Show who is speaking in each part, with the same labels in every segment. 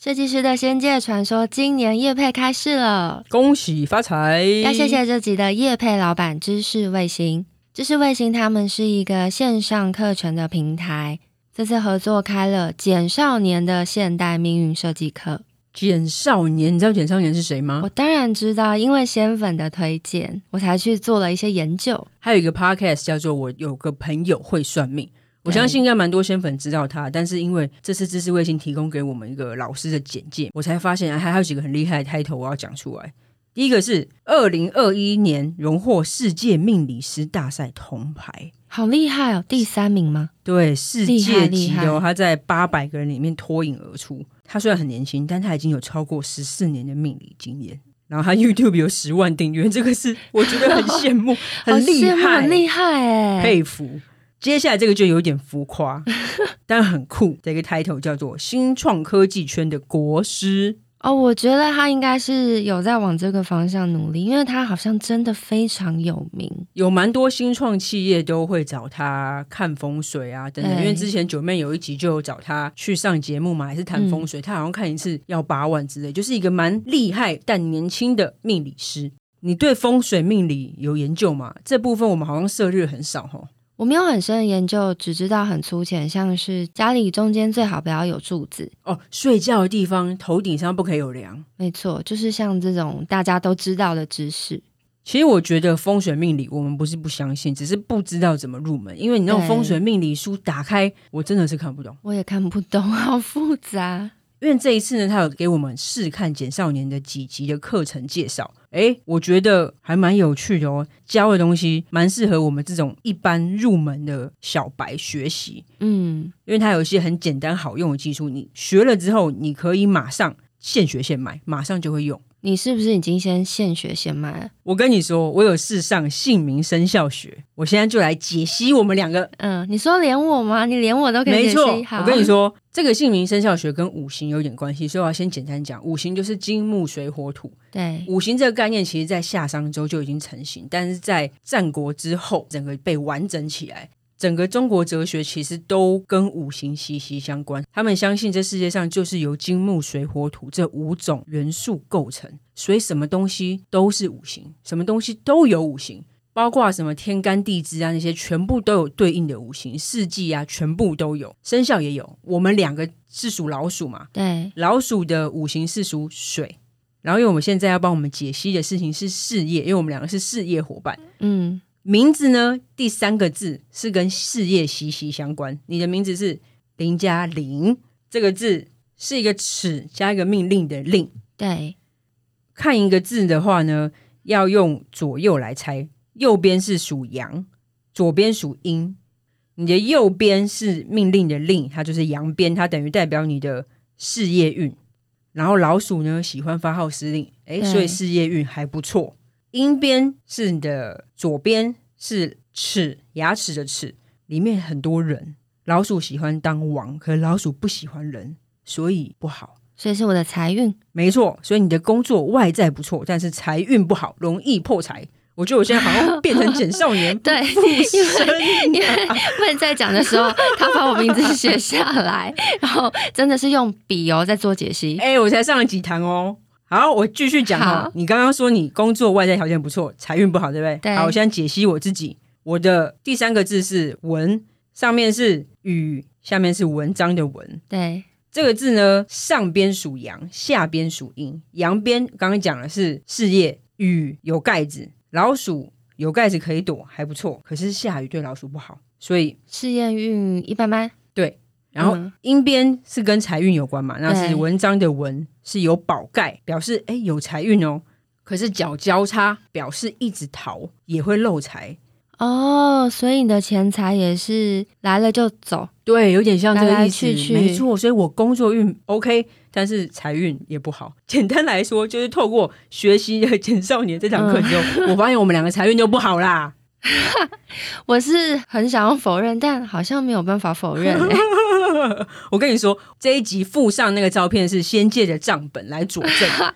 Speaker 1: 设计师的仙界传说今年夜配开市了，
Speaker 2: 恭喜发财！
Speaker 1: 要谢谢这集的夜配老板知识卫星。知识卫星他们是一个线上课程的平台，这次合作开了简少年的现代命运设计课。
Speaker 2: 简少年，你知道简少年是谁吗
Speaker 1: 我？当然知道，因为仙粉的推荐，我才去做了一些研究。
Speaker 2: 还有一个 podcast 叫做《我有个朋友会算命》，我相信应该蛮多仙粉知道他，但是因为这次知识卫星提供给我们一个老师的简介，我才发现哎还还有几个很厉害的 title 我要讲出来。第一个是二零二一年荣获世界命理师大赛铜牌，
Speaker 1: 好厉害哦，第三名吗？
Speaker 2: 对，世
Speaker 1: 厉害
Speaker 2: 界
Speaker 1: 厉
Speaker 2: 级
Speaker 1: 害
Speaker 2: 的哦，他在八百个人里面脱颖而出。他虽然很年轻，但他已经有超过十四年的命理经验。然后他 YouTube 有十万订阅，这个是我觉得很 羡慕，很厉
Speaker 1: 好羡慕
Speaker 2: 害，
Speaker 1: 哦很厉害哎！
Speaker 2: 佩服。接下来这个就有点浮 夸，但很酷的一个 title 叫做“新创科技圈的国师
Speaker 1: 哦，我觉得他应该是有在往这个方向努力，因为他好像真的非常有名”，。
Speaker 2: 有蛮多新创企业都会找他看风水啊等等。
Speaker 1: 对
Speaker 2: 因为之前九妹有一集就有找他去上节目嘛，还是谈风水，他好像看一次要八万之类，就是一个蛮厉害但年轻的命理师。你对风水命理有研究吗？这部分我们好像涉猎很少哦。
Speaker 1: 我没有很深的研究，只知道很粗浅，像是家里中间最好不要有柱子。
Speaker 2: 哦，睡觉的地方头顶上不可以有梁。
Speaker 1: 没错，就是像这种大家都知道的知识。
Speaker 2: 其实我觉得风水命理，我们不是不相信，只是不知道怎么入门。因为你那种
Speaker 1: 对
Speaker 2: 风水命理书打开，我真的是看不懂。
Speaker 1: 我也看不懂，好复杂。
Speaker 2: 因为这一次呢，他有给我们试看简少年的几集的课程介绍，诶，我觉得还蛮有趣的哦，教的东西蛮适合我们这种一般入门的小白学习，
Speaker 1: 嗯，
Speaker 2: 因为它有一些很简单好用的技术，你学了之后，你可以马上现学现卖，马上就会用。
Speaker 1: 你是不是已经先现学现卖了？
Speaker 2: 我跟你说，我有试上姓名生肖学，我现在就来解析我们两个
Speaker 1: 嗯，你说连我吗？你连我都可以
Speaker 2: 没
Speaker 1: 解析
Speaker 2: 错，
Speaker 1: 好
Speaker 2: 我跟你说，这个姓名生肖学跟五行有点关系，所以我要先简单讲，五行就是金木水火土。
Speaker 1: 对，
Speaker 2: 五行这个概念其实在夏商周就已经成型，但是在战国之后，整个被完整起来。整个中国哲学其实都跟五行息息相关，他们相信这世界上就是由金木水火土这五种元素构成，所以什么东西都是五行，什么东西都有五行，包括什么天干地支啊那些，全部都有对应的五行，四季啊全部都有，生肖也有。我们两个是属老鼠嘛，
Speaker 1: 对，
Speaker 2: 老鼠的五行是属水，然后因为我们现在要帮我们解析的事情是事业，因为我们两个是事业伙伴。
Speaker 1: 嗯，
Speaker 2: 名字呢，第三个字是跟事业息息相关。你的名字是林嘉玲，这个字是一个尺加一个命令的令。
Speaker 1: 对，
Speaker 2: 看一个字的话呢，要用左右来猜，右边是属阳，左边属阴。你的右边是命令的令，它就是阳边，它等于代表你的事业运。然后老鼠呢喜欢发号施令，诶，
Speaker 1: 对
Speaker 2: 所以事业运还不错。阴边是你的左边是齿，牙齿的齿，里面很多人。老鼠喜欢当王，可老鼠不喜欢人，所以不好。
Speaker 1: 所以是我的财运。
Speaker 2: 没错，所以你的工作外在不错，但是财运不好，容易破财。我觉得我现在好像变成简少年
Speaker 1: 对
Speaker 2: 附身
Speaker 1: 因为问在讲的时候，他把我名字写下来，然后真的是用笔哦在做解析。
Speaker 2: 哎、我才上了几堂哦。好，我继续讲
Speaker 1: 好
Speaker 2: 哦。你刚刚说你工作外在条件不错，财运不好，对不对？
Speaker 1: 对
Speaker 2: 好，我现在解析我自己。我的第三个字是“文”，上面是“雨”，下面是文章的“文
Speaker 1: 对，”。
Speaker 2: 这个字呢，上边属阳，下边属阴。阳边刚刚讲的是事业，雨有盖子，老鼠有盖子可以躲，还不错。可是下雨对老鼠不好，所以
Speaker 1: 试验运一般般。
Speaker 2: 然后
Speaker 1: 嗯
Speaker 2: 阴边是跟财运有关嘛，那
Speaker 1: 对
Speaker 2: 是文章的文是有宝盖，表示哎有财运哦。可是脚交叉表示一直逃也会漏财，
Speaker 1: 哦，所以你的钱财也是来了就走。
Speaker 2: 对，有点像这
Speaker 1: 来
Speaker 2: 个
Speaker 1: 来
Speaker 2: 意思，
Speaker 1: 去去
Speaker 2: 没错。所以我工作运 OK，但是财运也不好。简单来说，就是透过学习的简少年这
Speaker 1: 嗯
Speaker 2: 堂课之后，我发现我们两个财运都不好啦。
Speaker 1: 我是很想要否认，但好像没有办法否认、 欸。
Speaker 2: 我跟你说，这一集附上那个照片是仙界的账本来佐 证。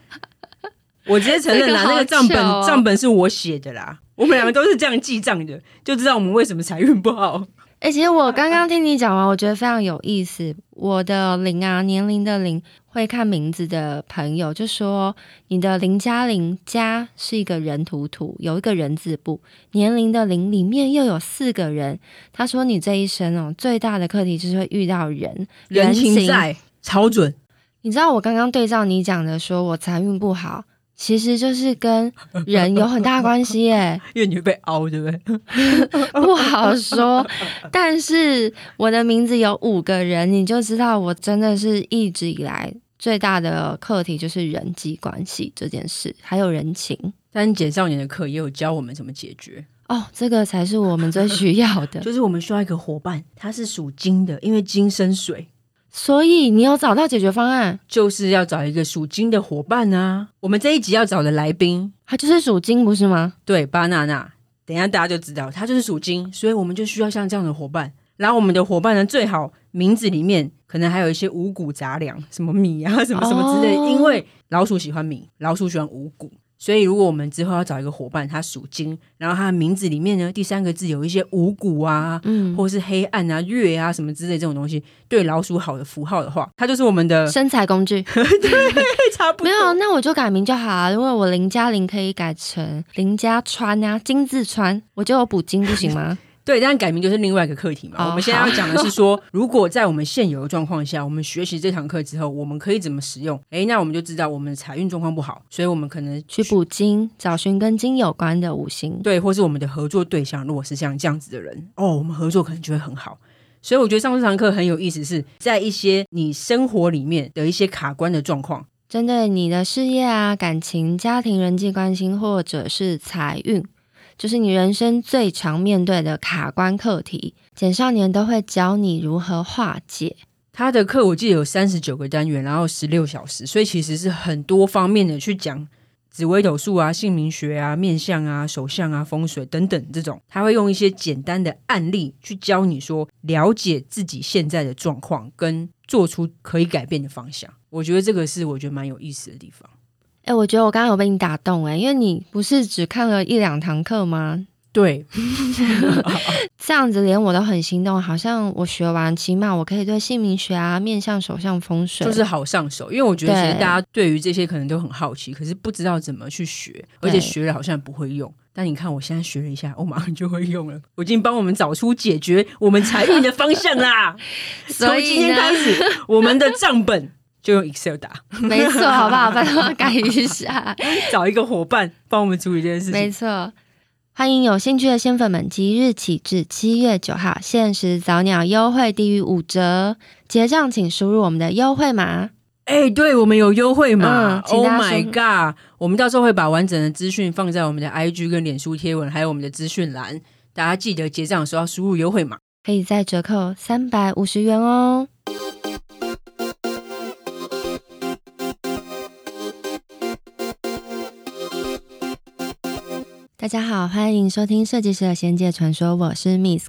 Speaker 2: 我直接承认啦，
Speaker 1: 这个好
Speaker 2: 那个账本
Speaker 1: 糗哦
Speaker 2: 账本是我写的啦。我们两个都是这样记账的，就知道我们为什么财运不好。
Speaker 1: 哎、其实我刚刚听你讲完，我觉得非常有意思。我的零啊，年龄的零，会看名字的朋友就说，你的林嘉玲家是一个人土土，有一个人字部，年龄的零里面又有四个人。他说你这一生哦，最大的课题就是会遇到人，
Speaker 2: 人情
Speaker 1: 形
Speaker 2: 债超准，
Speaker 1: 你知道我刚刚对照你讲的说我财运不好，其实就是跟人有很大关系耶，
Speaker 2: 因为你会被凹，对不 对？
Speaker 1: 不好说。但是我的名字有五个人，你就知道我真的是一直以来最大的课题就是人际关系这件事，还有人情。
Speaker 2: 但简少年的课也有教我们怎么解决，
Speaker 1: 哦，这个才是我们最需要的。
Speaker 2: 就是我们需要一个伙伴，他是属金的，因为金生水，
Speaker 1: 所以你有找到解决方案，
Speaker 2: 就是要找一个属金的伙伴啊。我们这一集要找的来宾，
Speaker 1: 它就是属金，不是吗？
Speaker 2: 对，巴娜娜，等一下大家就知道，他就是属金，所以我们就需要像这样的伙伴。然后我们的伙伴呢，最好名字里面可能还有一些五谷杂粮，什么米啊，什么什么之类的
Speaker 1: 哦
Speaker 2: 因为老鼠喜欢米，老鼠喜欢五谷，所以如果我们之后要找一个伙伴，他属金，然后他的名字里面呢，第三个字有一些五谷啊，
Speaker 1: 嗯，
Speaker 2: 或是黑暗啊、月啊什么之类这种东西，对老鼠好的符号的话，它就是我们的
Speaker 1: 身材工具。
Speaker 2: 差不
Speaker 1: 没
Speaker 2: 多。
Speaker 1: 有，啊那我就改名就好了，因为我林嘉玲可以改成林嘉川啊，金字川，我就有补金不行吗？
Speaker 2: 对，但改名就是另外一个课题嘛。
Speaker 1: 哦
Speaker 2: 我们现在要讲的是说，如果在我们现有的状况下，我们学习这堂课之后，我们可以怎么使用？诶，那我们就知道我们财运状况不好，所以我们可能
Speaker 1: 去补金，找寻跟金有关的五行。
Speaker 2: 对，或是我们的合作对象，如果是像这样子的人，哦，我们合作可能就会很好。所以我觉得上这堂课很有意思是，在一些你生活里面的一些卡关的状况，
Speaker 1: 针对你的事业啊、感情、家庭、人际关系，或者是财运，就是你人生最常面对的卡关课题，简少年都会教你如何化解。
Speaker 2: 他的课我记得有三十九个单元，然后十六小时，所以其实是很多方面的去讲紫微斗数啊、姓名学啊、面相啊、手相啊、风水等等这种，他会用一些简单的案例去教你说了解自己现在的状况，跟做出可以改变的方向。我觉得这个是我觉得蛮有意思的地方。
Speaker 1: 哎，我觉得我刚刚有被你打动哎、因为你不是只看了一两堂课吗？
Speaker 2: 对，
Speaker 1: 这样子连我都很心动，好像我学完，起码我可以对姓名学啊、面相、手相、风水，
Speaker 2: 就是好上手，因为我觉得其实
Speaker 1: 对
Speaker 2: 大家对于这些可能都很好奇，可是不知道怎么去学，而
Speaker 1: 对
Speaker 2: 且学了好像不会用。但你看我现在学了一下，我哦马上就会用了。我已经帮我们找出解决我们财运的方 向啦。从
Speaker 1: 所
Speaker 2: 今
Speaker 1: 以
Speaker 2: 天
Speaker 1: 呢，
Speaker 2: 开始，我们的账本就用 Excel 打，
Speaker 1: 没错，好不好？拜托改一下，
Speaker 2: 找一个伙伴帮我们处理这件事
Speaker 1: 没
Speaker 2: 情。
Speaker 1: 错。欢迎有兴趣的仙粉们，即日起至七月九号，限时早鸟优惠低于五折，结账请输入我们的优惠码。
Speaker 2: 哎、对我们有优惠嘛、
Speaker 1: 嗯请
Speaker 2: o h
Speaker 1: 大家
Speaker 2: my
Speaker 1: 先
Speaker 2: god！我们到时候会把完整的资讯放在我们的 IG 跟脸书贴文，还有我们的资讯栏，大家记得结账的时候要输入优惠码。
Speaker 1: 可以再折扣三百五十元哦。大家好，欢迎收听《设计师的仙界传说》，我是 Misk。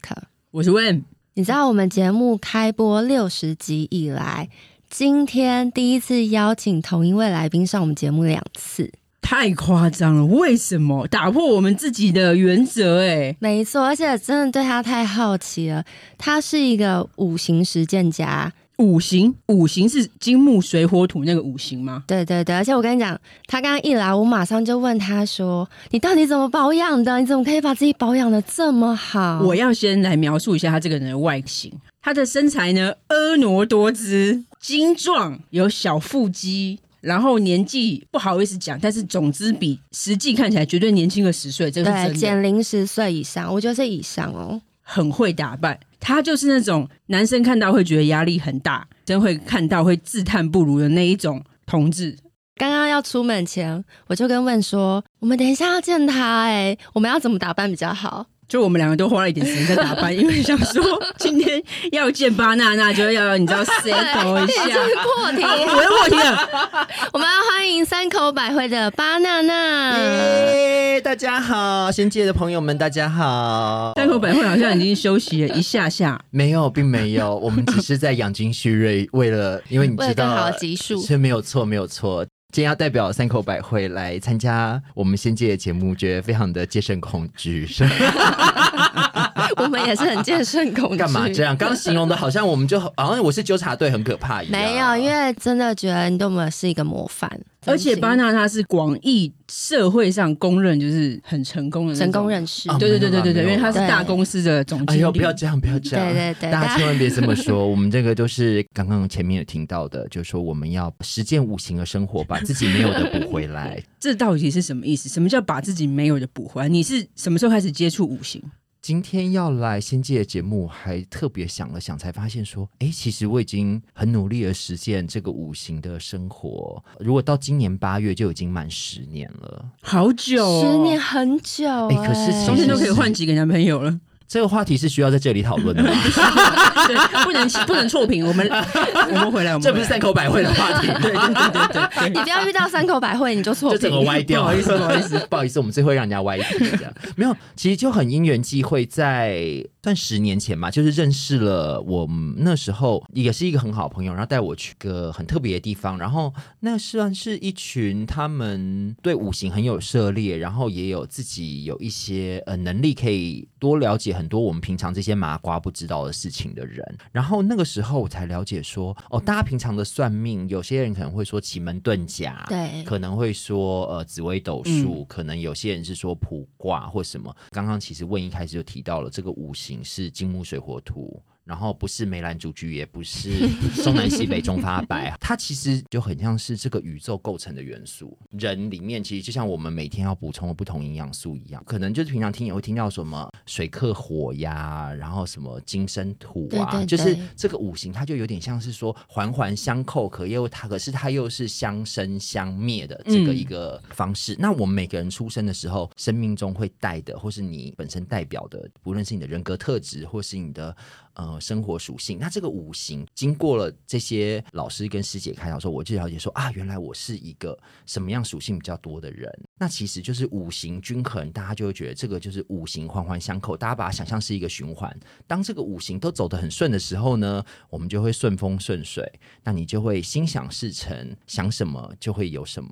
Speaker 2: 我是 Wen。
Speaker 1: 你知道我们节目开播六十集以来，今天第一次邀请同一位来宾上我们节目两次。
Speaker 2: 太夸张了！为什么打破我们自己的原则、欸？
Speaker 1: 没错，而且真的对他太好奇了。他是一个五行实践家，
Speaker 2: 五行，五行是金木水火土那个五行吗？
Speaker 1: 对对对，而且我跟你讲，他刚刚一来，我马上就问他说：“你到底怎么保养的？你怎么可以把自己保养的这么好？”
Speaker 2: 我要先来描述一下他这个人的外形。他的身材呢，婀娜多姿，精壮，有小腹肌。然后年纪不好意思讲，但是总之比实际看起来绝对年轻个十岁，这个是
Speaker 1: 对
Speaker 2: 真的。
Speaker 1: 减龄十岁以上，我觉得是以上哦。
Speaker 2: 很会打扮，他就是那种男生看到会觉得压力很大，真会看到会自叹不如的那一种同志。
Speaker 1: 刚刚要出门前，我就跟问说：“我们等一下要见他、哎，我们要怎么打扮比较好
Speaker 2: 就我们两个都花了一点时间在打扮，因为想说今天要见巴娜娜，就要你知 道 settle 一
Speaker 1: 对
Speaker 2: 下
Speaker 1: 哎这是。破题，
Speaker 2: 好， 我又破题啊了。
Speaker 1: 我们要欢迎三口百惠的巴娜娜。
Speaker 3: 耶！大家好，仙界的朋友们，大家好。
Speaker 2: 单口百惠好像已经休息了一下下，
Speaker 3: 没有，并没有，我们只是在养精蓄锐，为了因为你
Speaker 1: 为了
Speaker 3: 知
Speaker 1: 更好
Speaker 3: 道
Speaker 1: 的集数
Speaker 3: 是没有错，没有错。今天要代表三口百惠来参加我们仙界的节目，觉得非常的戒慎恐惧。
Speaker 1: 我们也是很见慎恐惧。
Speaker 3: 干嘛这样？刚形容的好像我们就好像我是纠察队，很可怕一样。
Speaker 1: 没有，因为真的觉得你对我们是一个模范，
Speaker 2: 而且巴
Speaker 1: 纳
Speaker 2: 纳他是广义社会上公认就是很成功的那种
Speaker 1: 成功。人士。
Speaker 3: 哦
Speaker 2: 对对对对对对，因
Speaker 3: 没有啦没有啦
Speaker 2: 为他是大公司的总
Speaker 3: 哎
Speaker 2: 经理。
Speaker 3: 呦，不要这样，不要这样！
Speaker 1: 对对对
Speaker 3: 大
Speaker 1: 大家
Speaker 3: 家千万别这么说。我们这个就是刚刚前面有听到的，就是说我们要实践五行的生活，把自己没有的补回来。
Speaker 2: 这到底是什么意思？什么叫把自己没有的补回来？你是什么时候开始接触五行？
Speaker 3: 今天要来仙界的节目，还特别想了想，才发现说，哎，其实我已经很努力的实践这个五行的生活。如果到今年八月就已经满十年了，
Speaker 2: 好久、哦，
Speaker 1: 十年，很久、欸，
Speaker 3: 哎可是其
Speaker 2: 中
Speaker 3: 实
Speaker 2: 间都可以换几个男朋友 了。
Speaker 3: 这个话题是需要在这里讨论的吗？
Speaker 2: 对，不能不能错评。我们我们回来，我们
Speaker 3: 这不
Speaker 2: 回
Speaker 3: 是
Speaker 2: 来
Speaker 3: 三口百惠的话题，
Speaker 2: 对对对对对
Speaker 1: 你不要遇到三口百惠你就错
Speaker 3: 就
Speaker 1: 评，
Speaker 3: 整个歪掉。
Speaker 2: 不好意思不好意
Speaker 3: 思， 不好意思，我们最会让人家歪题这样。没有，其实就很因缘际会，在算十年前吧，就是认识了我们那时候也是一个很好的朋友，然后带我去个很特别的地方，然后那算是一群他们对五行很有涉猎，然后也有自己有一些呃能力可以多了解很多我们平常这些麻瓜不知道的事情的人。然后那个时候我才了解说，哦，大家平常的算命，有些人可能会说奇门遁甲，
Speaker 1: 对嗯
Speaker 3: 可能会说呃紫微斗数，可能有些人是说卜卦或什么。刚刚其实问一开始就提到了，这个五行是金木水火土。然后不是梅兰竹菊，也不是 东南西北中发白，它其实就很像是这个宇宙构成的元素。人里面其实就像我们每天要补充的不同营养素一样，可能就是平常听也会听到什么水克火呀，然后什么金生土啊，
Speaker 1: 对对
Speaker 3: 就是
Speaker 1: 对
Speaker 3: 这个五行它就有点像是说环环相扣，可又它可是它又是相生相灭的这个
Speaker 2: 嗯
Speaker 3: 一个方式。那我们每个人出生的时候，生命中会带的，或是你本身代表的，不论是你的人格特质，或是你的呃生活属性，那这个五行经过了这些老师跟师姐开导之后，我就了解说啊，原来我是一个什么样属性比较多的人。那其实就是五行均衡，大家就会觉得这个就是五行环环相扣，大家把它想象是一个循环。当这个五行都走得很顺的时候呢，我们就会顺风顺水，那你就会心想事成，想什么就会有什么。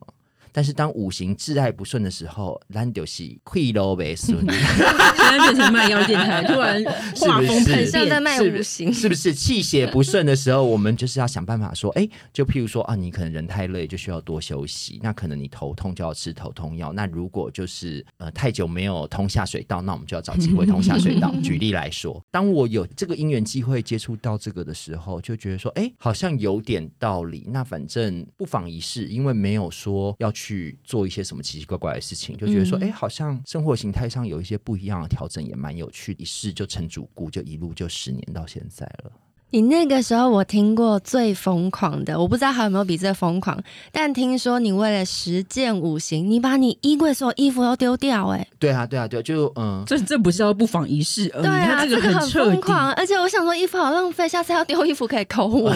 Speaker 3: 但是当五行挚爱不顺的时候，咱就是溃喽 呗顺，
Speaker 2: 现在变成卖药电 台，突然画风
Speaker 3: 是不
Speaker 1: 很
Speaker 2: 喷
Speaker 3: 是
Speaker 1: 像在
Speaker 2: 变。
Speaker 1: 卖五行。
Speaker 3: 是不是？气血不顺的时候，我们就是要想办法说，哎，就譬如说啊，你可能人太累，就需要多休息。那可能你头痛就要吃头痛药。那如果就是呃太久没有通下水道，那我们就要找机会通下水道。举例来说，当我有这个因缘机会接触到这个的时候，就觉得说，哎，好像有点道理。那反正不妨一试，因为没有说要去做一些什么奇奇怪怪的事情，就觉得说，
Speaker 2: 嗯
Speaker 3: 哎、好像生活形态上有一些不一样的调整，也蛮有趣。一试就成主顾，就一路就十年到现在了。
Speaker 1: 你那个时候我听过最疯狂的，我不知道还有没有比这疯狂，但听说你为了实践五行，你把你衣柜所有衣服都丢掉、欸，
Speaker 3: 对啊，对啊，对啊，就嗯。
Speaker 2: 这这不是要不妨一试
Speaker 3: 呃
Speaker 2: 而已，
Speaker 1: 对啊，
Speaker 2: 他
Speaker 1: 这个
Speaker 2: 个很
Speaker 1: 很
Speaker 2: 彻
Speaker 1: 疯
Speaker 2: 底。
Speaker 1: 狂，而且我想说衣服好浪费，下次要丢衣服可以扣我。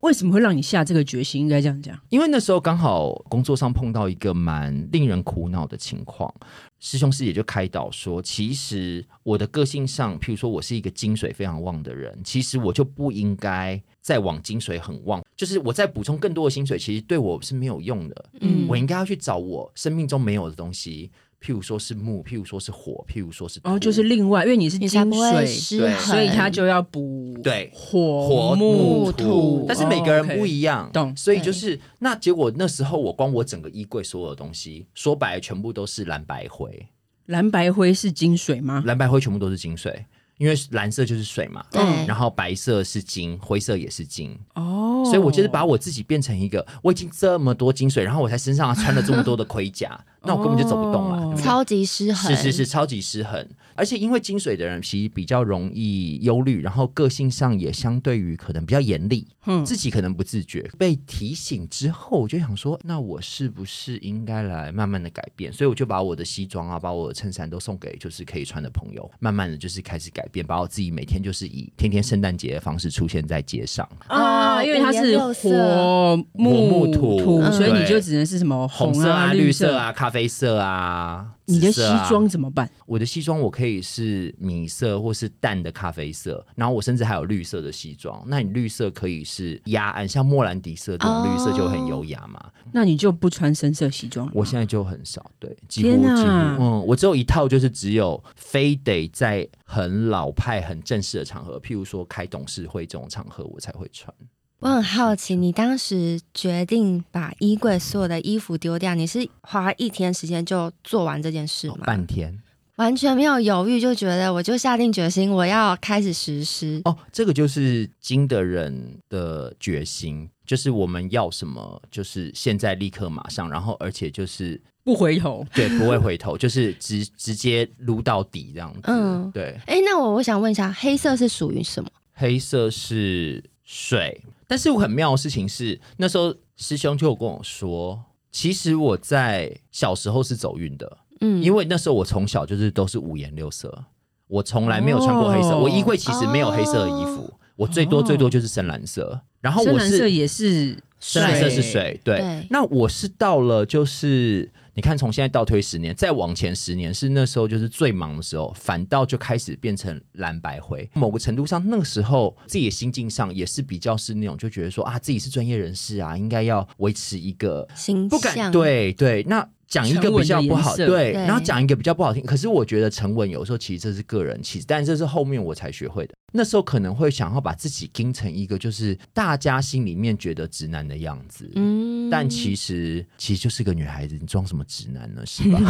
Speaker 2: 为什么会让你下这个决心？应该这样讲，
Speaker 3: 因为那时候刚好工作上碰到一个蛮令人苦恼的情况，师兄师姐就开导说，其实我的个性上，譬如说我是一个精水非常旺的人，其实我就不应该再往精水很旺，就是我再补充更多的精水，其实对我是没有用的。
Speaker 1: 嗯
Speaker 3: 我应该要去找我生命中没有的东西，譬如说是木，譬如说是火，譬如说是
Speaker 2: 然后哦就是
Speaker 3: 土
Speaker 2: 另外，因为你是
Speaker 1: 嗯你
Speaker 2: 金
Speaker 1: 才不会
Speaker 2: 水，
Speaker 1: 失
Speaker 3: 对
Speaker 1: 衡，
Speaker 2: 所以他就要补
Speaker 3: 对
Speaker 2: 火
Speaker 3: 火
Speaker 1: 木
Speaker 2: 木
Speaker 1: 土
Speaker 3: 但是每个人不
Speaker 2: 样。
Speaker 3: 一样，
Speaker 2: 懂哎
Speaker 3: 所以就是那结果那时候我光我整个衣柜所有的东西，说白了全部都是蓝白灰，
Speaker 2: 蓝白灰是金水吗？
Speaker 3: 蓝白灰全部都是金水，因为蓝色就是水嘛，
Speaker 1: 对
Speaker 3: 嗯然后白色是金，灰色也是金，
Speaker 2: 哦，
Speaker 3: 所以我就是把我自己变成一个我已经这么多金水，然后我才身上穿了这么多的盔甲，那我根本就走不动啊了，
Speaker 2: 哦
Speaker 3: 对不对
Speaker 1: 超级失衡，
Speaker 3: 是是是，超级失衡。而且因为金水的人其实比较容易忧虑，然后个性上也相对于可能比较严厉，
Speaker 2: 嗯
Speaker 3: 自己可能不自觉。被提醒之后，我就想说，那我是不是应该来慢慢的改变？所以我就把我的西装啊，把我的衬衫都送给就是可以穿的朋友，慢慢的就是开始改变，把我自己每天就是以天天圣诞节的方式出现在街上。
Speaker 1: 哦
Speaker 2: 啊，因为它
Speaker 1: 五颜
Speaker 2: 是
Speaker 1: 六色
Speaker 2: 火木
Speaker 3: 火木土
Speaker 2: 土，
Speaker 3: 嗯
Speaker 2: 所以你
Speaker 3: 对
Speaker 2: 就只能是什么
Speaker 3: 红
Speaker 2: 啊、
Speaker 3: 啊、绿
Speaker 2: 色
Speaker 3: 色。啊、咖啡色啊
Speaker 2: 你的
Speaker 3: 紫
Speaker 2: 西
Speaker 3: 色啊
Speaker 2: 装怎么办？
Speaker 3: 我的西装我可以是米色或是淡的咖啡色，然后我甚至还有绿色的西装。那你绿色可以是压暗，像莫兰迪色这种绿色就很优雅嘛。
Speaker 2: 那你就不穿深色西装了吗。
Speaker 3: 我现在就很少，对，几乎
Speaker 2: 天
Speaker 3: 几乎，
Speaker 2: 哪
Speaker 3: 嗯，我只有一套，就是只有非得在很老派、很正式的场合，譬如说开董事会这种场合，我才会穿。
Speaker 1: 我很好奇，你当时决定把衣柜所有的衣服丢掉，你是花一天时间就做完这件事吗？
Speaker 3: 哦半天
Speaker 1: 完全没有犹豫，就觉得我就下定决心，我要开始实施。
Speaker 3: 哦，这个就是金的人的决心，就是我们要什么，就是现在立刻马上，然后而且就是
Speaker 2: 不回头。
Speaker 3: 对，不会回头，就是直直接撸到底这样子。
Speaker 1: 嗯
Speaker 3: 对，
Speaker 1: 哎、那我我想问一下，黑色是属于什么？
Speaker 3: 黑色是水，但是我很妙的事情是，那时候师兄就有跟我说，其实我在小时候是走运的，
Speaker 1: 嗯，
Speaker 3: 因
Speaker 1: 为
Speaker 3: 为那时候我从小就是都是五颜六色，我从来没有穿过黑色，
Speaker 2: 哦
Speaker 3: 我衣柜其实没有黑色的衣服，我最多
Speaker 2: 哦
Speaker 3: 最多就是深蓝色，然后
Speaker 2: 深
Speaker 3: 啊我
Speaker 2: 蓝色
Speaker 3: 是
Speaker 2: 也 是
Speaker 3: 深蓝色是水，对。
Speaker 1: 对
Speaker 3: 那我是到了就是。你看，从现在倒推十年，再往前十年，是那时候就是最忙的时候，反倒就开始变成蓝白灰。某个程度上，那个时候自己的心境上也是比较是那种就觉得说啊，自己是专业人士啊，应该要维持一个
Speaker 1: 形
Speaker 3: 不
Speaker 1: 象
Speaker 3: 敢对对。那讲一个比较不好，
Speaker 2: 沉稳的
Speaker 3: 对，
Speaker 1: 色
Speaker 3: 然后讲一个比较不好听。可是我觉得沉稳有时候其实这是个人气质，但这是后面我才学会的。那时候可能会想要把自己盯成一个就是大家心里面觉得直男的样子，
Speaker 1: 嗯
Speaker 3: 但其实其实就是个女孩子，你装什么直男呢？是
Speaker 2: 嗯
Speaker 3: 吧？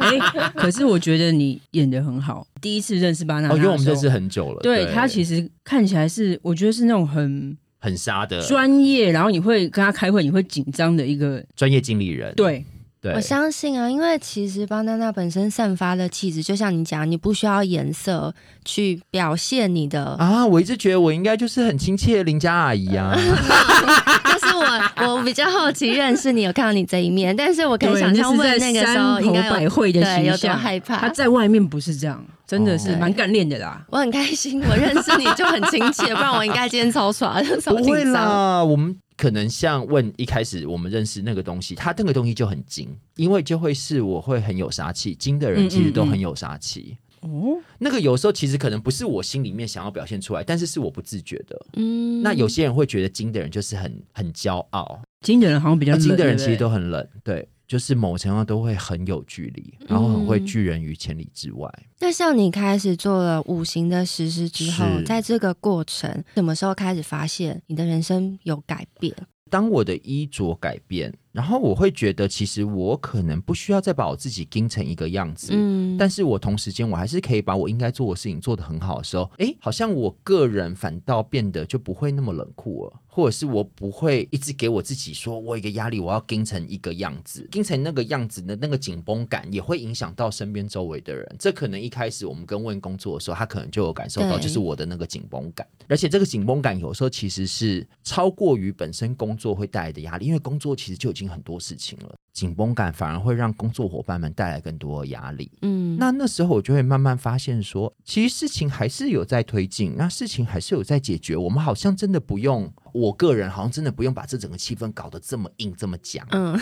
Speaker 2: 哎、可是我觉得你演的很好。第一次认识巴娜娜的
Speaker 3: 哦，因
Speaker 2: 时
Speaker 3: 为
Speaker 2: 候，
Speaker 3: 我 们认识很久了，
Speaker 2: 对他其
Speaker 3: 实
Speaker 2: 实看起来是，我觉得是那种很
Speaker 3: 很杀的
Speaker 2: 专业，然后你会跟他开会，你会紧张的一个。
Speaker 3: 专业经理人，
Speaker 2: 对，
Speaker 3: 对
Speaker 1: 我，相信啊，因为其实巴娜娜本身散发的气质，就像你讲，你不需要颜色去表现你的，
Speaker 3: 啊，我一直觉得我应该就是很亲切的邻家阿 姨啊，
Speaker 1: 但是我我比较好奇认识你，有看到你这一面，但是我可以
Speaker 2: 对
Speaker 1: 想象
Speaker 2: 是在
Speaker 1: 问那个时候
Speaker 2: 山
Speaker 1: 应
Speaker 2: 口
Speaker 1: 该有
Speaker 2: 百惠的
Speaker 1: 对
Speaker 2: 形
Speaker 1: 有多
Speaker 2: 象，
Speaker 1: 害
Speaker 2: 他
Speaker 1: 怕。
Speaker 2: 在外面不是这样，真的是
Speaker 1: 哦
Speaker 2: 蛮干练的啦。
Speaker 1: 我很开心，我认识你就很亲切，不然我应该今天超耍的，超
Speaker 3: 不会
Speaker 1: 紧张。
Speaker 3: 啦，我们可能像问一开始我们认识那个东西，它那个东西就很精，因为就会是我会很有杀气，精的人其实都很有杀气。
Speaker 1: 嗯
Speaker 2: 哦，
Speaker 3: 那个有时候其实可能不是我心里面想要表现出来，但是是我不自觉的。
Speaker 1: 嗯
Speaker 3: 那有些人会觉得精的人就是很很骄傲，
Speaker 2: 金的人好像比较
Speaker 3: 那
Speaker 2: 冷
Speaker 3: 金的哦人其实
Speaker 2: 对不对
Speaker 3: 都很冷，对，就是某程度上都会很有距离，然后很会拒人于千里之外。
Speaker 1: 那像你开始做了五行的实施之后，
Speaker 3: 是
Speaker 1: 在这个过程什么时候开始发现你的人生有改变？
Speaker 3: 当我的衣着改变，然后我会觉得其实我可能不需要再把我自己盯成一个样子，
Speaker 1: 嗯，
Speaker 3: 但是我同时间我还是可以把我应该做的事情做得很好的时候，诶，好像我个人反倒变得就不会那么冷酷了，或者是我不会一直给我自己说我有一个压力，我要盯成一个样子，盯成那个样子的那个紧绷感也会影响到身边周围的人。这可能一开始我们跟问工作的时候，他可能就有感受到，
Speaker 1: 对
Speaker 3: 就是我的那个紧绷感，而且这个紧绷感有时候其实是超过于本身工作会带来的压力，因为工作其实就已经很多事情了。紧绷感反而会让工作伙伴们带来更多的压力。
Speaker 1: 嗯，
Speaker 3: 那那时候我就会慢慢发现说，其实事情还是有在推进，那事情还是有在解决。我们好像真的不用，我个人好像真的不用把这整个气氛搞得这么硬、这么僵。
Speaker 1: 嗯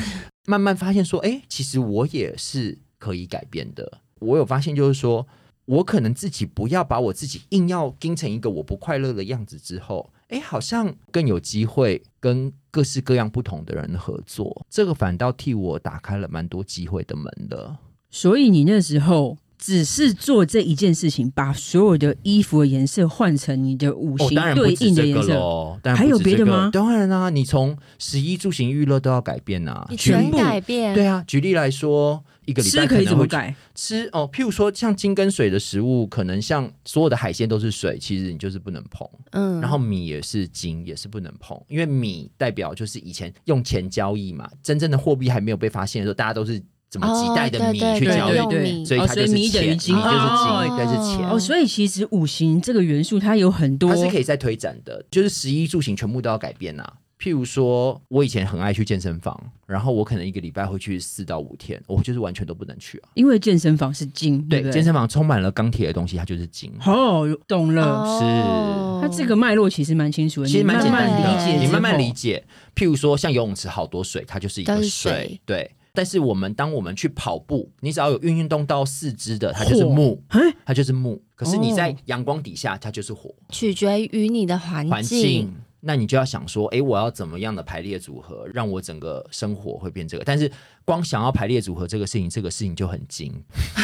Speaker 3: 慢慢发现说，哎、其实我也是可以改变的。我有发现就是说，我可能自己不要把我自己硬要盯成一个我不快乐的样子之后，哎、好像更有机会跟各式各样不同的人合作。这个反倒替我打开了蛮多机会的门的。
Speaker 2: 所以你那时候只是做这一件事情，把所有的衣服的颜色换成你的五
Speaker 3: 哦，
Speaker 2: 行
Speaker 3: 当然不
Speaker 2: 对
Speaker 3: 止
Speaker 2: 应的
Speaker 3: 这
Speaker 2: 颜
Speaker 3: 个
Speaker 2: 色。
Speaker 3: 喽，当然
Speaker 2: 还
Speaker 3: 不
Speaker 2: 有
Speaker 3: 止
Speaker 2: 别
Speaker 3: 这
Speaker 2: 的
Speaker 3: 个
Speaker 2: 吗
Speaker 3: 当然啦、啊你从食衣住行娱乐都要改变啊，
Speaker 1: 你
Speaker 3: 举
Speaker 1: 全
Speaker 3: 例
Speaker 1: 改变，
Speaker 3: 对啊，举例来说，一个礼拜
Speaker 2: 吃可以
Speaker 3: 能
Speaker 2: 怎么
Speaker 3: 会
Speaker 2: 改？
Speaker 3: 吃哦，譬如说像金跟水的食物，可能像所有的海鲜都是水，其实你就是不能碰。
Speaker 1: 嗯，
Speaker 3: 然后米也是金，也是不能碰，因为米代表就是以前用钱交易嘛，真正的货币还没有被发现的时候，大家都是怎么几袋的
Speaker 1: 哦、
Speaker 3: 米
Speaker 1: 对
Speaker 3: 去
Speaker 1: 对对
Speaker 3: 交易，
Speaker 1: 用
Speaker 2: 对
Speaker 1: 米
Speaker 3: 所以
Speaker 2: 哦
Speaker 3: 它
Speaker 2: 所以
Speaker 3: 就是
Speaker 2: 米等于
Speaker 3: 钱，
Speaker 2: 金
Speaker 3: 米就是
Speaker 2: 哦
Speaker 3: 金，应该是钱。
Speaker 2: 哦，所以其实五行这个元素它有很多
Speaker 3: 它是可以再推展的，就是食衣住行全部都要改变呐、譬如说，我以前很爱去健身房，然后我可能一个礼拜会去四到五天，我就是完全都不能去啊。
Speaker 2: 因为健身房是金，
Speaker 3: 对，
Speaker 2: 对不对，
Speaker 3: 健身房充满了钢铁的东西，它就是金。
Speaker 2: 哦，
Speaker 1: 嗯
Speaker 2: 懂了。
Speaker 1: 哦
Speaker 2: 它这个脉络其实蛮清楚的，
Speaker 3: 其实蛮简单
Speaker 2: 你慢
Speaker 3: 的，
Speaker 2: 慢理解，
Speaker 3: 你慢慢理。解。譬如说，像游泳池好多水，它就是一
Speaker 1: 都
Speaker 3: 个
Speaker 1: 是水
Speaker 3: 对。但是我们当我们去跑步，你只要有运运动到四肢的，它就是木，
Speaker 2: 哎，
Speaker 3: 它就是木。可是你在
Speaker 2: 哦
Speaker 3: 阳光底下，它就是火。
Speaker 1: 取决于你的环
Speaker 3: 环境，那你就要想说，诶，我要怎么样的排列组合，让我整个生活会变这个？但是光想要排列组合这个事情，这个事情就很精，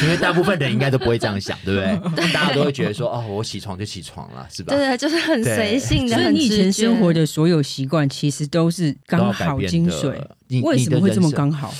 Speaker 3: 因为大部分人应该都不会这样想，对不 对？大家都会觉得说，哦，我起床就起床了，是吧
Speaker 2: 啊
Speaker 1: 对？对，就是很
Speaker 3: 对
Speaker 1: 随性的，
Speaker 2: 所以
Speaker 1: 很
Speaker 2: 你以前
Speaker 1: 直觉
Speaker 2: 生活的所有习惯，其实都是
Speaker 3: 都要
Speaker 2: 刚
Speaker 3: 改
Speaker 2: 好
Speaker 3: 变
Speaker 2: 精
Speaker 3: 的
Speaker 2: 髓。。
Speaker 3: 你
Speaker 2: 为什么会这么？刚好？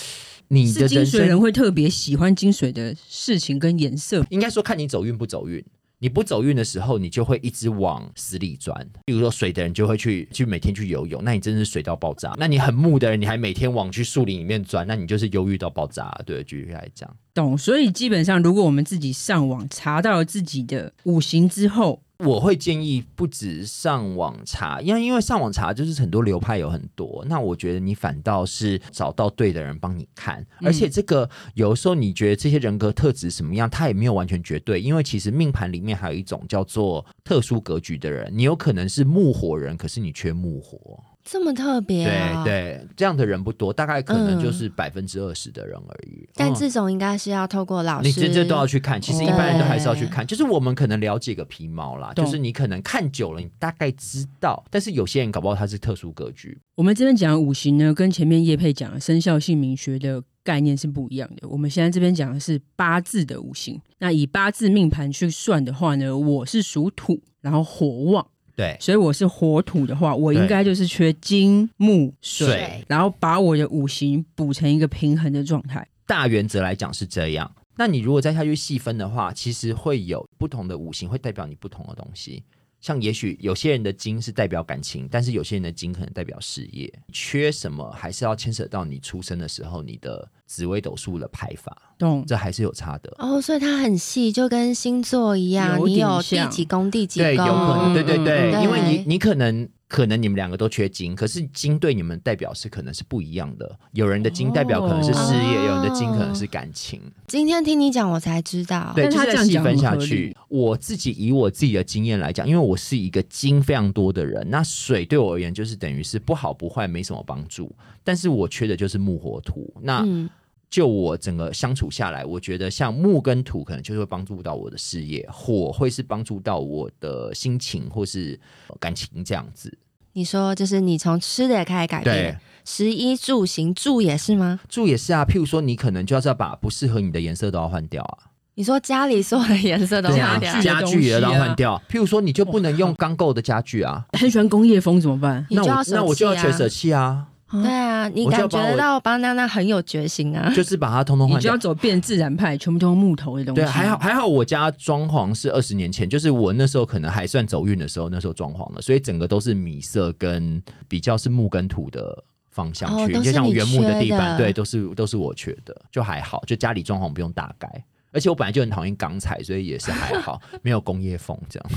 Speaker 3: 你的
Speaker 2: 是精
Speaker 3: 人
Speaker 2: 髓
Speaker 3: 生
Speaker 2: 人会特别喜欢精髓的事情跟颜色。
Speaker 3: 应该说看你走运不走运。你不走运的时候，你就会一直往死里钻。比如说水的人就会去去每天去游泳，那你真的是水到爆炸。那你很木的人，你还每天往去树林里面钻，那你就是忧郁到爆炸。对，举例来讲，
Speaker 2: 懂，所以基本上，如果我们自己上网查到自己的五行之后，
Speaker 3: 我会建议不止上网查，因为因为上网查就是很多流派有很多，那我觉得你反倒是找到对的人帮你看，
Speaker 2: 嗯
Speaker 3: 而且这个有时候你觉得这些人格特质什么样，他也没有完全绝对，因为其实命盘里面还有一种叫做特殊格局的人，你有可能是木火人，可是你缺木火，
Speaker 1: 这么特别、啊，
Speaker 3: 对。对，这样的人不多，大概可能就是百分之二十的人而已。
Speaker 1: 但
Speaker 3: 嗯
Speaker 1: 这种应该是要透过老师，
Speaker 3: 哦你这这都要去看，其实一般人都还是要去
Speaker 1: 对
Speaker 3: 看。就是我们可能了解个皮毛啦，
Speaker 2: 懂
Speaker 3: 就是你可能看久了，你大概知道。但是有些人搞不好他是特殊格局，
Speaker 2: 我们这边讲的五行呢，跟前面叶佩讲的生肖姓名学的概念是不一样的。我们现在这边讲的是八字的五行。那以八字命盘去算的话呢，我是属土，然后火旺，
Speaker 3: 对，
Speaker 2: 所以我是火土的话，我应该就是缺金木水，
Speaker 3: 水
Speaker 2: 然后把我的五行补成一个平衡的状态。
Speaker 3: 大原则来讲是这样。那你如果再下去细分的话，其实会有不同的五行会代表你不同的东西。像也许有些人的金是代表感情，但是有些人的金可能代表事业，缺什么还是要牵扯到你出生的时候你的紫微斗数的排法，
Speaker 2: 懂？
Speaker 3: 这还是有差的。
Speaker 1: 哦，所以它很细，就跟星座一样，
Speaker 2: 有
Speaker 1: 你
Speaker 2: 点
Speaker 1: 有第
Speaker 2: 像
Speaker 1: 几宫、第几
Speaker 3: 对，
Speaker 1: 宫，
Speaker 3: 有可能，
Speaker 2: 嗯
Speaker 3: 对对
Speaker 2: 嗯
Speaker 3: 对，
Speaker 1: 嗯
Speaker 3: 因为你
Speaker 1: 对
Speaker 3: 你可能可能你们两个都缺金，可是金对你们代表是可能是不一样的。有人的金代表可能是事业，
Speaker 1: 哦
Speaker 3: 有人的金可能是感情。
Speaker 1: 今天听你讲，我才知道。
Speaker 3: 对，
Speaker 2: 哦但
Speaker 3: 就
Speaker 2: 他
Speaker 3: 是
Speaker 2: 这
Speaker 3: 再
Speaker 2: 样
Speaker 3: 细
Speaker 2: 讲
Speaker 3: 分
Speaker 2: 很
Speaker 3: 下
Speaker 2: 合
Speaker 3: 去
Speaker 2: 理。
Speaker 3: 我自己以我自己的经验来讲，因为我是一个金非常多的人，那水对我而言就是等于是不好不坏，没什么帮助。但是我缺的就是木火土。那、
Speaker 1: 嗯，
Speaker 3: 就我整个相处下来，我觉得像木跟土可能就是会帮助到我的事业，火会是帮助到我的心情或是呃感情这样子。
Speaker 1: 你说就是你从吃的也开始改变，，食衣住行住也是吗？
Speaker 3: 住也是啊，譬如说你可能就要是要把不适合你的颜色都要换掉啊，
Speaker 1: 你说家里所有的颜色都
Speaker 2: 对
Speaker 1: 换
Speaker 3: 啊，
Speaker 1: 掉，
Speaker 3: 家具也要换掉。譬如说你就不能
Speaker 2: 哇
Speaker 3: 用钢构的家具啊，
Speaker 2: 很喜欢工业风怎么办？
Speaker 1: 你
Speaker 3: 那
Speaker 1: 就要
Speaker 3: 我
Speaker 1: 舍
Speaker 3: 那我就要
Speaker 1: 弃啊
Speaker 3: 全舍弃啊，
Speaker 1: 对啊，你
Speaker 3: 我就要
Speaker 1: 感觉
Speaker 3: 把我
Speaker 1: 得到巴娜娜很有决心啊。
Speaker 3: 就是把它通通
Speaker 2: 你
Speaker 3: 换
Speaker 2: 就
Speaker 3: 掉
Speaker 2: 要。走变自然派，全部都用木头的东西。
Speaker 3: 对，还好。还好，我家装潢是二十年前，就是我那时候可能还算走运的时候，那时候装潢的，所以整个都是米色跟比较是木跟土的方向
Speaker 1: 哦
Speaker 3: 去，
Speaker 1: 都
Speaker 3: 就是像
Speaker 1: 你
Speaker 3: 原木的地
Speaker 1: 缺的
Speaker 3: 板，对，都是都是我缺的，就还好，就家里装潢不用大改。而且我本来就很讨厌钢材，所以也是还好，没有工业风这样。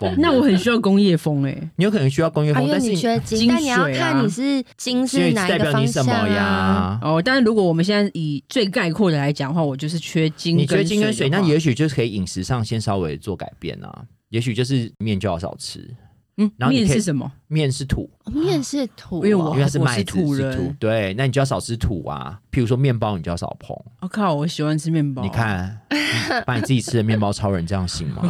Speaker 3: 风格
Speaker 2: 那我很需要工业风哎、欸
Speaker 3: 你有可能需要工业
Speaker 1: 啊
Speaker 3: 风，
Speaker 1: 因为
Speaker 3: 但是
Speaker 1: 你缺金，
Speaker 2: 金
Speaker 1: 但你要
Speaker 2: 水啊
Speaker 1: 看你是金
Speaker 3: 因为
Speaker 1: 是哪
Speaker 3: 代
Speaker 1: 一
Speaker 3: 表
Speaker 1: 个方
Speaker 3: 你什
Speaker 1: 向
Speaker 3: 么
Speaker 1: 啊？
Speaker 3: 呀？
Speaker 2: 哦，但是如果我们现在以最概括的来讲的话，我就是缺金
Speaker 3: 你
Speaker 2: 跟水的话，
Speaker 3: 缺金跟水，那也许就是可以饮食上先稍微做改变啊，也许就是面就要少吃，
Speaker 2: 嗯，
Speaker 3: 然后你
Speaker 2: 面
Speaker 3: 可以
Speaker 2: 是什么？
Speaker 3: 面是土。
Speaker 1: 哦面是土哦，
Speaker 2: 因为我
Speaker 3: 因为它是
Speaker 2: 我
Speaker 3: 麦
Speaker 2: 是
Speaker 3: 子
Speaker 2: 土
Speaker 3: 是
Speaker 2: 人
Speaker 3: 土，对，那你就要少吃土啊。譬如说面包，你就要少碰。
Speaker 2: 我、哦靠，我喜欢吃面包。
Speaker 3: 你，看，你把你自己吃的面包超人这样行 吗？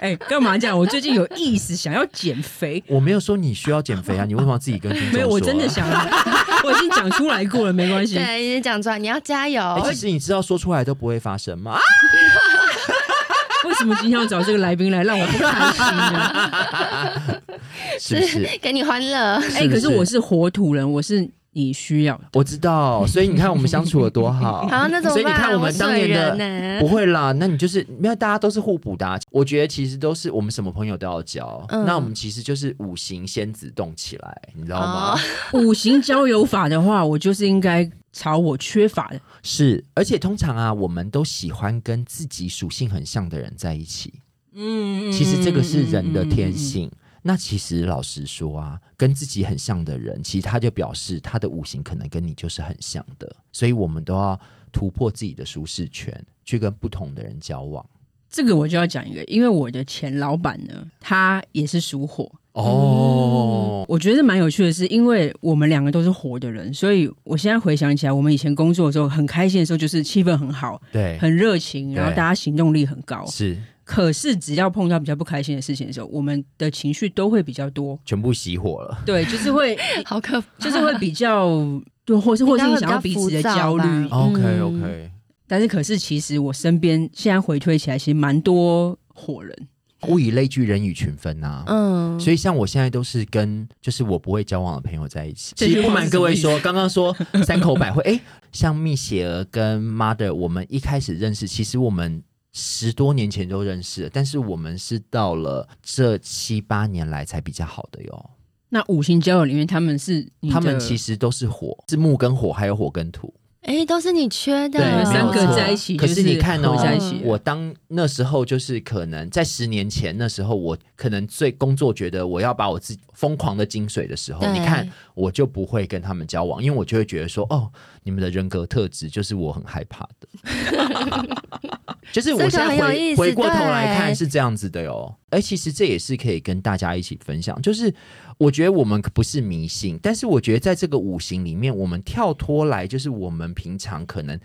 Speaker 2: 哎、干嘛这样？我最近有意识想要减 肥，
Speaker 3: 我没有说你需要减 肥啊，你为什么要自己跟听众
Speaker 2: 没
Speaker 3: 说啊？
Speaker 2: 有，我真的想 要，我已经讲出来过了，没关系。
Speaker 1: 对，已经讲出来，你要加油。
Speaker 3: 哎。其实你知道说出来都不会发生吗？啊
Speaker 2: 为什么今天要找这个来宾来让我不开心呢？
Speaker 3: 是不 是？
Speaker 1: 给你欢乐，
Speaker 2: 哎、可是我是火土人，我是你需要的。
Speaker 3: 我知道，所以你看我们相处有 多好。
Speaker 1: 好那怎么办
Speaker 3: 所以你看我们当年
Speaker 1: 我水人
Speaker 3: 的
Speaker 1: 呢
Speaker 3: 不会啦，那你就是没有，大家都是互补的啊、我觉得其实都是我们什么朋友都要交，
Speaker 1: 嗯
Speaker 3: 那我们其实就是五行先子动起来，你知道吗？
Speaker 1: 哦
Speaker 2: 五行交友法的话，我就是应该朝我缺乏的。
Speaker 3: 是，而且通常啊，我们都喜欢跟自己属性很像的人在一起。
Speaker 2: 嗯
Speaker 3: 其实这个是人的天。性。那其实老实说啊，跟自己很像的人，其实他就表示他的五行可能跟你就是很像的，所以我们都要突破自己的舒适圈，去跟不同的人交往。
Speaker 2: 这个我就要讲一个，因为我的前老板呢，他也是属火，嗯
Speaker 3: 哦，
Speaker 2: 我觉得蛮有趣的是，因为我们两个都是活的人，所以我现在回想起来，我们以前工作的时候很开心的时候，就是气氛很好，
Speaker 3: 对，
Speaker 2: 很热情，然后
Speaker 3: 对
Speaker 2: 大家行动力很高。
Speaker 3: 是
Speaker 2: 可是只要碰到比较不开心的事情的时候，我们的情绪都会比较多，
Speaker 3: 全部熄火了。
Speaker 2: 对，就是会
Speaker 1: 好可怕，
Speaker 2: 就是会比较。对，或是或是
Speaker 1: 应该会比
Speaker 2: 影响到
Speaker 1: 较
Speaker 2: 彼
Speaker 1: 浮
Speaker 2: 此的
Speaker 1: 躁
Speaker 2: 焦虑，
Speaker 1: 吧嗯
Speaker 3: OK OK，
Speaker 2: 但是可是其实我身边现在回推起来，其实蛮多火人，
Speaker 3: 物以类聚，人以群分啊呐、
Speaker 1: 嗯，
Speaker 3: 所以像我现在都是跟就是我不会交往的朋友在一起。
Speaker 2: 这
Speaker 3: 其
Speaker 2: 句话
Speaker 3: 实不瞒各位
Speaker 2: 是什么
Speaker 3: 说，刚刚说三口百惠，哎、像蜜雪儿跟 Mother，我们一开始认识，其实我们十多年前就认识了，但是我们是到了这七八年来才比较好的哟。
Speaker 2: 那五行交友里面，他们是你的
Speaker 3: 他们其实都是火，是木跟火，还有火跟土。
Speaker 1: 哎，都是你缺的，
Speaker 2: 对你们
Speaker 3: 没
Speaker 2: 三
Speaker 3: 有
Speaker 2: 个
Speaker 3: 错
Speaker 2: 在一起
Speaker 3: 可
Speaker 2: 就是
Speaker 3: 是你看哦
Speaker 1: 合在一起，
Speaker 3: 我当那时候就是可能在十年前，那时候我可能最工作觉得我要把我自己疯狂的精髓的时候，
Speaker 1: 对
Speaker 3: 你看我就不会跟他们交往，因为我就会觉得说，哦，你们的人格特质就是我很害怕的。 就是我现在
Speaker 1: 这个很有意
Speaker 3: 回
Speaker 1: 思
Speaker 3: 回过头来
Speaker 1: 对
Speaker 3: 看是这样子的哟，哎，其实这也是可以跟大家一起分享。就是我觉得我们不是迷信，但是我觉得在这个五行里面，我们跳脱来，就是我们平常可能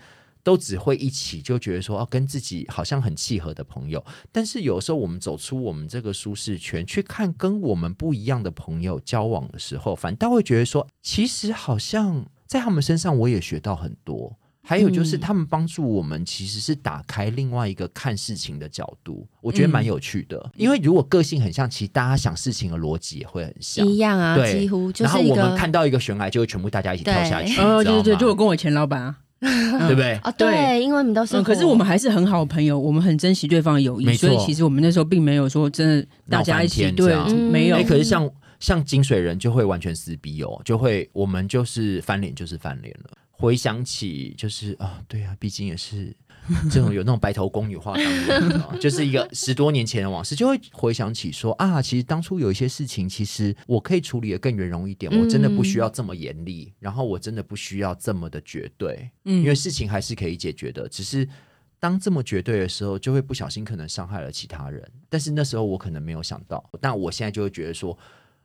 Speaker 3: 都只会一起就觉得说，哦，跟自己好像很契合的朋友，但是有时候我们走出我们这个舒适圈，去看跟我们不一样的朋友交往的时候，反倒会觉得说，其实好像在他们身上我也学到很多。还有就是，
Speaker 2: 嗯
Speaker 3: 他们帮助我们其实是打开另外一个看事情的角度，我觉得蛮有趣
Speaker 1: 嗯
Speaker 3: 的。因为如果个性很像，其实大家想事情的逻辑也会很像。
Speaker 1: 一样啊，
Speaker 3: 对
Speaker 1: 几乎就
Speaker 3: 然后
Speaker 1: 是一
Speaker 3: 我
Speaker 1: 个
Speaker 3: 们看到一个悬崖，就会全部大家一起
Speaker 1: 对
Speaker 3: 跳下去，
Speaker 2: 哦，对对对，
Speaker 3: 你知
Speaker 2: 就
Speaker 3: 道
Speaker 2: 我
Speaker 3: 吗
Speaker 2: 跟我前老板啊，
Speaker 3: 对不对？
Speaker 1: 哦，
Speaker 2: 对
Speaker 1: 对，因为你们都是哦火，
Speaker 2: 嗯，可是我们还是很好的朋友，我们很珍惜对方的友谊，
Speaker 3: 没错
Speaker 2: 所以其实我们那时候并没有说真的大家一起
Speaker 3: 闹翻天这
Speaker 2: 对
Speaker 3: 样，
Speaker 1: 嗯
Speaker 2: 没有
Speaker 3: 哎、
Speaker 1: 对
Speaker 3: 可是像像金水人就会完全撕逼哦，就会我们就是翻脸就是翻脸了。回想起就是啊，对啊，毕竟也是这种有那种白头宫女话当年，你知道吗就是一个十多年前的往事，就会回想起说啊，其实当初有一些事情，其实我可以处理的更圆融一点，我真的不
Speaker 2: 嗯
Speaker 3: 需要这么严厉，然后我真的不需要这么的绝对，
Speaker 2: 嗯
Speaker 3: 因为事情还是可以解决的，只是。当这么绝对的时候，就会不小心可能伤害了其他人。但是那时候我可能没有想到，但我现在就会觉得说，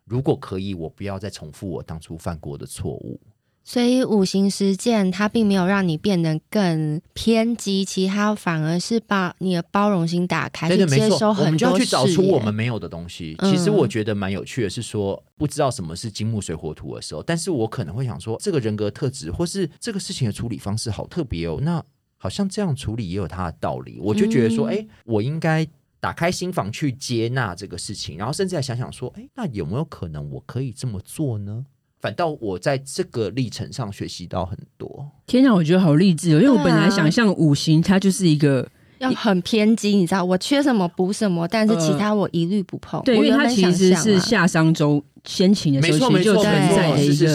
Speaker 3: 如果可以，我不要再重复我当初犯过的错误。
Speaker 1: 所以五行实践它并没有让你变得更偏激，其他反而是把你的包容心打开，
Speaker 3: 对
Speaker 1: 去
Speaker 3: 对，没
Speaker 1: 接
Speaker 3: 错，
Speaker 1: 收
Speaker 3: 我
Speaker 1: 很
Speaker 3: 们就要
Speaker 1: 多
Speaker 3: 去找出
Speaker 1: 视野
Speaker 3: 我们没有的东西。
Speaker 1: 嗯
Speaker 3: 其实我觉得蛮有趣的是说，不知道什么是金木水火土的时候，但是我可能会想说，这个人格特质或是这个事情的处理方式好特别哦。那好像这样处理也有它的道理，我就觉得说，
Speaker 1: 嗯
Speaker 3: 哎、我应该。打开心房去接纳这个事情，然后甚至还想想说，哎，那有没有可能我可以这么做呢？反倒我在这个历程上学习到很多。
Speaker 2: 天哪，我觉得好励志哦，因为我
Speaker 1: 对啊
Speaker 2: 本来想象五行它就是一个
Speaker 1: 要很偏激，你知道，我缺什么补什么，但是其他我一律不碰。
Speaker 2: 呃对，因
Speaker 1: 我
Speaker 2: 为
Speaker 1: 原
Speaker 2: 它
Speaker 1: 本
Speaker 2: 其实
Speaker 1: 想象
Speaker 2: 是
Speaker 1: 啊
Speaker 2: 夏商周先秦的时
Speaker 3: 没
Speaker 2: 候
Speaker 3: 错
Speaker 2: 其实就
Speaker 3: 没错
Speaker 2: 存在的
Speaker 1: 没
Speaker 2: 一
Speaker 3: 错是是
Speaker 2: 个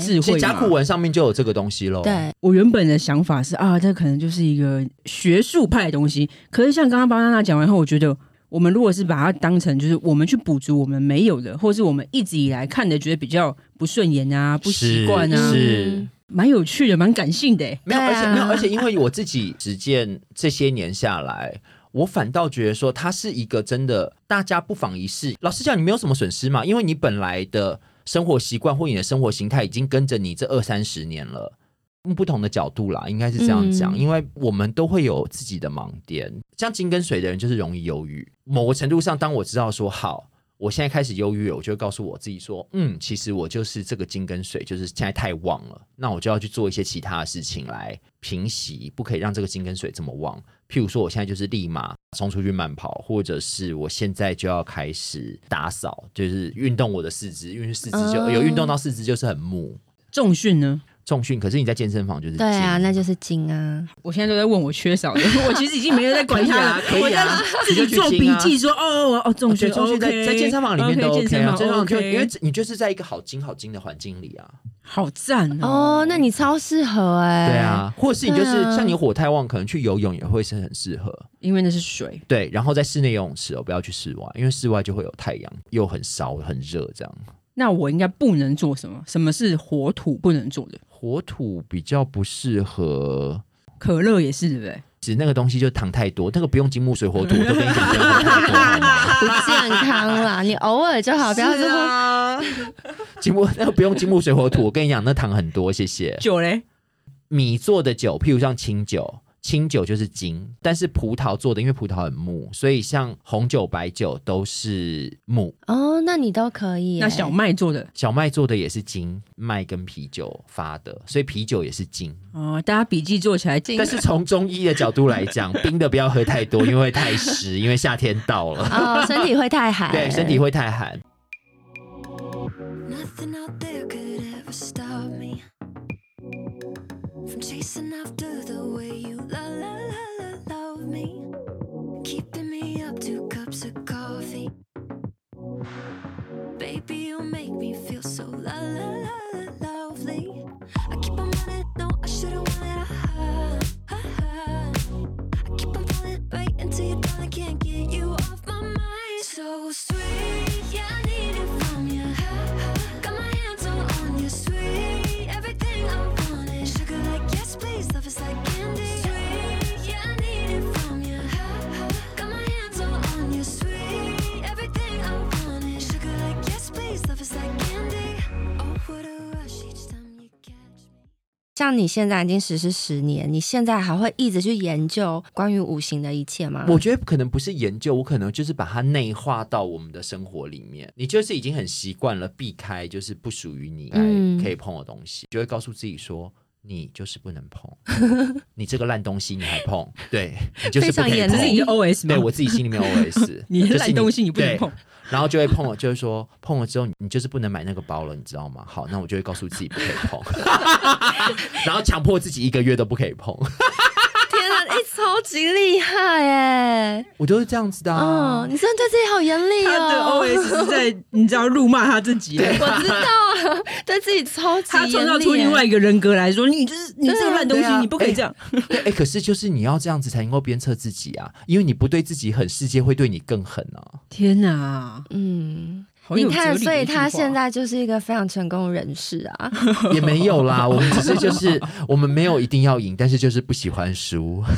Speaker 1: 是
Speaker 2: 智
Speaker 3: 所
Speaker 2: 慧
Speaker 3: 以甲骨
Speaker 2: 嘛。
Speaker 3: 文上面就有这个东西喽。
Speaker 1: 对，
Speaker 2: 我原本的想法是啊，这可能就是一个学术派的东西。可是像刚刚巴娜娜讲完后，我觉得我们如果是把它当成就是我们去补足我们没有的，或是我们一直以来看的觉得比较不顺眼啊、不习惯啊，
Speaker 3: 是
Speaker 1: 嗯
Speaker 2: 蛮有趣的，蛮感性的欸。
Speaker 3: 没有，
Speaker 1: 对
Speaker 3: 而且没有，
Speaker 1: 啊
Speaker 3: 而且因为我自己实践这些年下来，我反倒觉得说，它是一个真的，大家不妨一试。老实讲，你没有什么损失嘛，因为你本来的生活习惯或你的生活形态已经跟着你这二三十年了。用不同的角度啦，应该是这样讲，
Speaker 1: 嗯
Speaker 3: 因为我们都会有自己的盲点。像金跟水的人就是容易忧郁，某个程度上，当我知道说好，我现在开始忧郁了，我就会告诉我自己说，嗯，其实我就是这个金跟水，就是现在太旺了，那我就要去做一些其他的事情来平息，不可以让这个金跟水这么旺。譬如说，我现在就是立马冲出去慢跑，或者是我现在就要开始打扫，就是运动我的四肢，因为四肢就、
Speaker 1: 嗯
Speaker 3: 有运动到四肢就是很木
Speaker 2: 重训呢，
Speaker 3: 重训，可是你在健身房就是
Speaker 1: 对啊，
Speaker 3: 筋
Speaker 1: 那就是金啊，
Speaker 2: 我现在都在问我缺少的，我其实已经没有在管它了，
Speaker 3: 可以啊可以啊
Speaker 2: 我在自己做
Speaker 3: 你就去听
Speaker 2: 笔
Speaker 3: 啊
Speaker 2: 记说哦哦哦，重
Speaker 3: 对，
Speaker 2: 训
Speaker 3: 重训在
Speaker 2: OK，
Speaker 3: 在健身房里面都
Speaker 2: 哦 OK，健
Speaker 3: OK
Speaker 2: 身
Speaker 3: 啊，
Speaker 2: 房
Speaker 3: 健身房就
Speaker 2: OK
Speaker 3: 因为你就是在一个好精好精的环境里啊。
Speaker 2: 好赞哦
Speaker 1: 哦，那你超适合哎，
Speaker 3: 对，啊，或者是你就是
Speaker 1: 对啊
Speaker 3: 像你火太旺，可能去游泳也会是很适合。
Speaker 2: 因为那是水，
Speaker 3: 对，然后在室内游泳池哦，不要去室外，因为室外就会有太阳，又很烧很热这样。
Speaker 2: 那我应该不能做什么？什么是火土不能做的？
Speaker 3: 火土比较不适合，
Speaker 2: 可乐也是对不对？
Speaker 3: 质那个东西就糖太多，那个不用金木水火土，我都跟你讲不用喝太多好吗？
Speaker 1: 不健康 啦，你偶尔就好，不要这
Speaker 2: 是
Speaker 1: 么。
Speaker 2: 啊，
Speaker 3: 金木那个不用金木水火土，我跟你讲，那糖很多，谢谢。
Speaker 2: 酒嘞，
Speaker 3: 米做的酒，譬如像清酒，清酒就是金，但是葡萄做的，因为葡萄很木，所以像红酒、白酒都是木。
Speaker 1: 哦，那你都可以耶、哎
Speaker 2: 那小麦做的
Speaker 3: 小麦做的也是金，麦跟啤酒发的，所以啤酒也是金。
Speaker 2: 哦，大家笔记做起来，
Speaker 3: 但是从中医的角度来 讲，冰的不要喝太多，因为会太湿，因为夏天 到了，
Speaker 1: 哦，身体会太寒。
Speaker 3: 对身体会太寒。
Speaker 1: 嗯
Speaker 4: Nothing out there could ever stop me from chasing after the way you la la la la love me, keeping me up two cups of coffee. Baby, you make me feel so la la la la lovely. I keep on running, no, I shouldn't want it. Ah, ah, ah. I keep on falling right into your thought. I can't get you off my mind. So sweet, yeah, I need it from you. Got my hands all on you, sweet. Everything I wanted, sugar like yes, please. Love is like candy. Sweet, yeah, I need it from you. Got my hands all on you, sweet. Everything I wanted, sugar like yes, please. Love is like candy. Oh, what a rush each time you catch me.
Speaker 1: 像你现在已经实施十年，你现在还会一直去研究关于五行的一切吗？
Speaker 3: 我觉得可能不是研究，我可能就是把它内化到我们的生活里面。你就是已经很习惯了避开就是不属于你
Speaker 1: 嗯
Speaker 3: 该可以碰的东西，就会告诉自己说。你就是不能 碰，你这个烂东西你还碰，对你就是
Speaker 1: 非
Speaker 3: 不
Speaker 1: 常
Speaker 3: 可以
Speaker 1: 严
Speaker 2: 这是你
Speaker 1: 厉
Speaker 3: 碰
Speaker 2: 的。OS
Speaker 3: 对
Speaker 2: 吗？
Speaker 3: 我自己心 里面 OS，
Speaker 2: 你
Speaker 3: 就是
Speaker 2: 烂东西你不能
Speaker 3: 对
Speaker 2: 碰，
Speaker 3: 然后就会碰了，就是说碰了之后，你就是不能买那个包了，你知道吗？好，那我就会告诉自己不可以 碰，然后强迫自己一个月都不可以碰，
Speaker 1: 天啊，哎、超级厉害哎、
Speaker 3: 我就是这样子的、啊。
Speaker 2: 哦
Speaker 1: 嗯，你真的对自己好严
Speaker 3: 哎
Speaker 1: 厉
Speaker 2: 他的
Speaker 1: 哦。
Speaker 2: OS 是在你知道辱骂他自己，
Speaker 1: 我知道啊，对自己超级
Speaker 2: 他
Speaker 1: 严厉耶。
Speaker 2: 创造出另外一个人格来说，你就是你这个烂东
Speaker 3: 对
Speaker 2: 西
Speaker 3: 啊，
Speaker 2: 你不可以这样。
Speaker 3: 对，哎、可是就是你要这样子才能够鞭策自己啊，因为你不对自己狠，世界会对你更狠啊。
Speaker 2: 天哪，
Speaker 1: 嗯，
Speaker 2: 好
Speaker 1: 你
Speaker 2: 有哲
Speaker 1: 看，
Speaker 2: 理
Speaker 1: 所
Speaker 2: 的一
Speaker 1: 以
Speaker 2: 句
Speaker 1: 他
Speaker 2: 话
Speaker 1: 现在就是一个非常成功人士啊。
Speaker 3: 也没有啦，我们只是就是我们没有一定要赢，但是就是不喜欢输。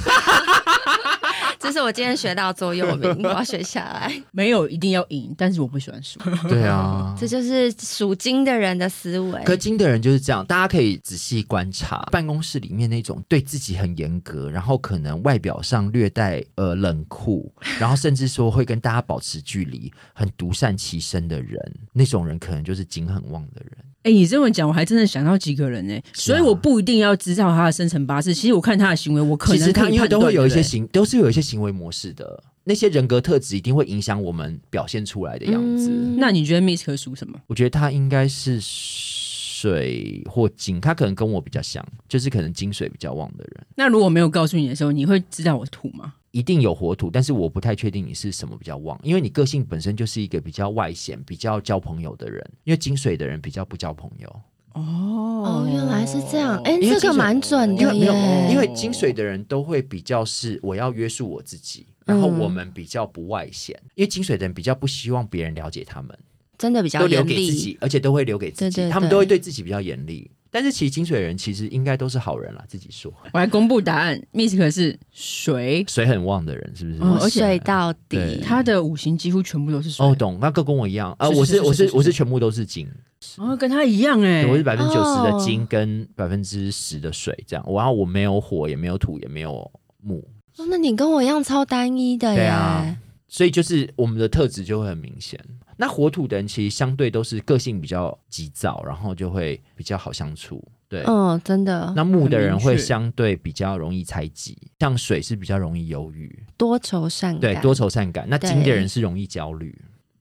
Speaker 1: 这是我今天学到座右铭，我要学下来。
Speaker 2: 没有一定要赢，但是我不喜欢 输。
Speaker 3: 对 啊，
Speaker 1: 这就是属金的人的思维。
Speaker 3: 可金的人就是这样，大家可以仔细观察办公室里面那种对自己很严格，然后可能外表上略带呃冷 酷，然后甚至说会跟大家保持距离，很独善其身的人，那种人可能就是金很旺的人。
Speaker 2: 哎、你这么讲，我还真的想到几个人呢、哎
Speaker 3: 是啊
Speaker 2: 所以我不一定要知道他的生辰八字。其实我看他的行为，我可
Speaker 3: 其实
Speaker 2: 能
Speaker 3: 他
Speaker 2: 可以
Speaker 3: 因
Speaker 2: 判
Speaker 3: 为都
Speaker 2: 断
Speaker 3: 会有一些
Speaker 2: 对不对
Speaker 3: 行，都是有一些行为模式的，那些人格特质一定会影响我们表现出来的样子。
Speaker 1: 嗯
Speaker 2: 那你觉得 Miss 可属什么？
Speaker 3: 我觉得他应该是水或金，他可能跟我比较像，就是可能金水比较旺的人。
Speaker 2: 那如果没有告诉你的时候，你会知道我土吗？
Speaker 3: 一定有火土，但是我不太确定你是什么比较旺，因为你个性本身就是一个比较外显、比较交朋友的人，因为金水的人比较不交朋友，
Speaker 2: 哦
Speaker 1: 哦，原来是这样。哎、
Speaker 3: 因为
Speaker 1: 这个蛮准
Speaker 3: 因
Speaker 1: 的
Speaker 3: 为没
Speaker 1: 耶
Speaker 3: 有，
Speaker 2: 耶
Speaker 3: 因为金水的人都会比较是我要约束我自己，然后我们比较不外显，因为金水的人比较不希望别人了解他们，
Speaker 1: 真的比较
Speaker 3: 都留
Speaker 1: 严
Speaker 3: 给自
Speaker 1: 厉。
Speaker 3: 己，而且都会留给自己，
Speaker 1: 对对对
Speaker 3: 他们都会对自己比较严厉。但是其实金水的人其实应该都是好人啦，自己说
Speaker 2: 我来公布答案，Miss 可是水，
Speaker 3: 水很旺的人是不是？
Speaker 2: 嗯而且
Speaker 1: 睡到底
Speaker 3: 对，
Speaker 2: 他的五行几乎全部都是水，
Speaker 3: 哦，懂，那个跟我一样，呃，
Speaker 2: 是是
Speaker 3: 我是
Speaker 2: 是
Speaker 3: 我
Speaker 2: 是
Speaker 3: 是
Speaker 2: 是
Speaker 3: 我是全部都是金，
Speaker 2: 哦，跟他一样哎、
Speaker 3: 对我是百分之九十的
Speaker 1: 哦
Speaker 3: 金跟百分之十的水这样，然后我没有火，也没有土，也没有木，
Speaker 1: 哦那你跟我一样超单一的
Speaker 3: 对
Speaker 1: 耶。
Speaker 3: 啊所以就是我们的特质就会很明显。那火土的人其实相对都是个性比较急躁，然后就会比较好相处，对。
Speaker 1: 嗯，真的
Speaker 3: 那木的人
Speaker 2: 很
Speaker 3: 会
Speaker 2: 明确
Speaker 3: 相对比较容易猜忌，像水是比较容易忧郁，
Speaker 1: 多愁善感。
Speaker 3: 对，多愁善感。那金的
Speaker 1: 对
Speaker 3: 人是容易焦虑，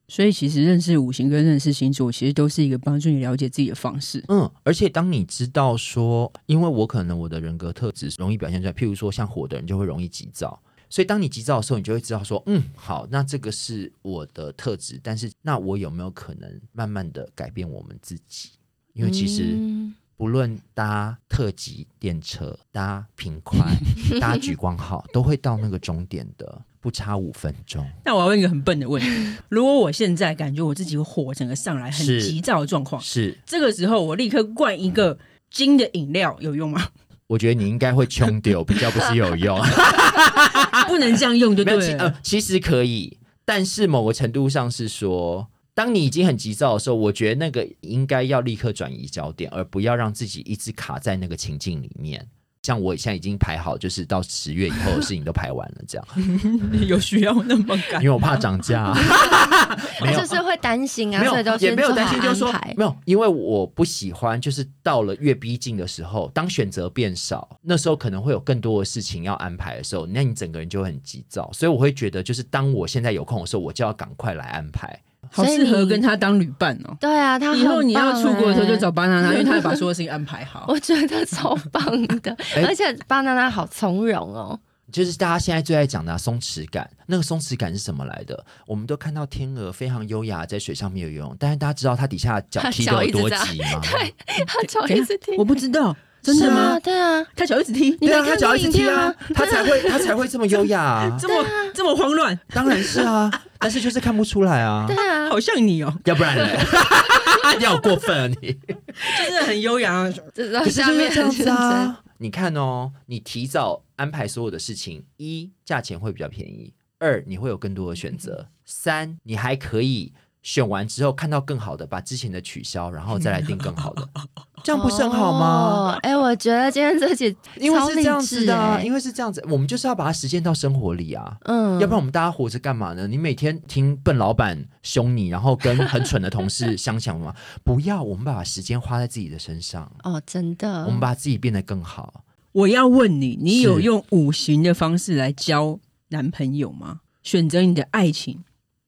Speaker 2: 所以其实认识五行跟认识星座，其实都是一个帮助你了解自己的方 式。
Speaker 3: 嗯，而且当你知道说，因为我可能我的人格特质容易表现出来，譬如说像火的人就会容易急躁，所以当你急躁的时候，你就会知道说，嗯，好，那这个是我的特质，但是那我有没有可能慢慢的改变我们自己？因为其实
Speaker 1: 嗯
Speaker 3: 不论搭特急电车、搭平快、搭莒光号，都会到那个终点的，不差五分钟。
Speaker 2: 那我要问一个很笨的问题：如果我现在感觉我自己火整个上来，很
Speaker 3: 是
Speaker 2: 急躁的状况，
Speaker 3: 是
Speaker 2: 这个时候我立刻灌一个金的饮料有用吗？
Speaker 3: 我觉得你应该会穷丢，比较不是有用。啊
Speaker 2: 不能这样用就对
Speaker 3: 没 有，其
Speaker 2: 了
Speaker 3: 呃，。其实可以，但是某个程度上是说，当你已经很急躁的时候，我觉得那个应该要立刻转移焦点，而不要让自己一直卡在那个情境里面。像我现在已经排好，就是到十月以后的事情都排完了， 这样，呃
Speaker 2: 有需要那么赶
Speaker 3: 因为我怕涨价、 没有
Speaker 1: 就是会担心啊，
Speaker 3: 没
Speaker 1: 所以
Speaker 3: 有
Speaker 1: 都
Speaker 3: 也
Speaker 1: 先
Speaker 3: 没有
Speaker 1: 做
Speaker 3: 担
Speaker 1: 好
Speaker 3: 心，就是说
Speaker 1: 安排。
Speaker 3: 没有，因为我不喜欢，就是到了越逼近的时候，当选择变少，那时候可能会有更多的事情要安排的时候，那你整个人就会很急躁，所以我会觉得，就是当我现在有空的时候，我就要赶快来安排。
Speaker 2: 好
Speaker 1: 所以
Speaker 2: 适合
Speaker 1: 你
Speaker 2: 跟他当旅伴哦。
Speaker 1: 对啊，他
Speaker 2: 以后你要出国的时候就找
Speaker 1: 走。
Speaker 2: 巴娜娜，因为他会把所有事情安排好。
Speaker 1: 我觉得超棒的，
Speaker 3: 哎
Speaker 1: 而且巴娜娜好从容 哦。
Speaker 3: 就是大家现在最爱讲的啊、松弛感，那个松弛感是什么来的？我们都看到天鹅非常优雅地在水上面游泳，但是大家知道它底下的脚
Speaker 1: 它
Speaker 3: 踢
Speaker 1: 脚
Speaker 3: 得
Speaker 1: 一
Speaker 3: 有
Speaker 1: 直
Speaker 3: 多
Speaker 1: 这样
Speaker 3: 急 吗？
Speaker 1: 他脚一直踢，
Speaker 2: 我不知道，真的
Speaker 1: 是啊
Speaker 2: 吗？
Speaker 1: 对啊，
Speaker 2: 他脚一直踢，
Speaker 1: 你
Speaker 3: 对啊，
Speaker 1: 没
Speaker 3: 它
Speaker 1: 看
Speaker 3: 脚
Speaker 1: 过
Speaker 3: 一直
Speaker 1: 影
Speaker 3: 踢
Speaker 1: 片
Speaker 3: 啊
Speaker 1: 吗，
Speaker 3: 它才会它才会这么优 雅、啊。
Speaker 2: 这么这么慌乱，
Speaker 3: 当然是啊，但是就是看不出来啊
Speaker 1: 对。啊，
Speaker 2: 好像 你哦，
Speaker 3: 要不然 嘞，你好过分啊你！
Speaker 2: 就是很优雅啊。
Speaker 1: 这到
Speaker 3: 可是
Speaker 1: 下
Speaker 3: 就是
Speaker 1: 面
Speaker 3: 哦这样 子
Speaker 1: 很认真。
Speaker 3: 啊。你看哦，你提早安排所有的事情，一价钱会比较便宜，二你会有更多的选择，三你还可以选完之后看到更好的，把之前的取消，然后再来订更好的， 这样不是很好吗？
Speaker 1: 哦？哎、我觉得今天这集
Speaker 3: 因为
Speaker 1: 超
Speaker 3: 是
Speaker 1: 励
Speaker 3: 这样子
Speaker 1: 志
Speaker 3: 的啊、
Speaker 1: 哎
Speaker 3: 因为是这样子，我们就是要把它实践到生活里啊。
Speaker 1: 嗯，
Speaker 3: 要不然我们大家活着干嘛呢？你每天听笨老板凶你，然后跟很蠢的同事相抢吗？不要，我们把时间花在自己的身上，
Speaker 1: 哦，真的，
Speaker 3: 我们把自己变得更好。
Speaker 2: 我要问你，你有
Speaker 3: 是
Speaker 2: 用五行的方式来交男朋友吗？选择你的爱情，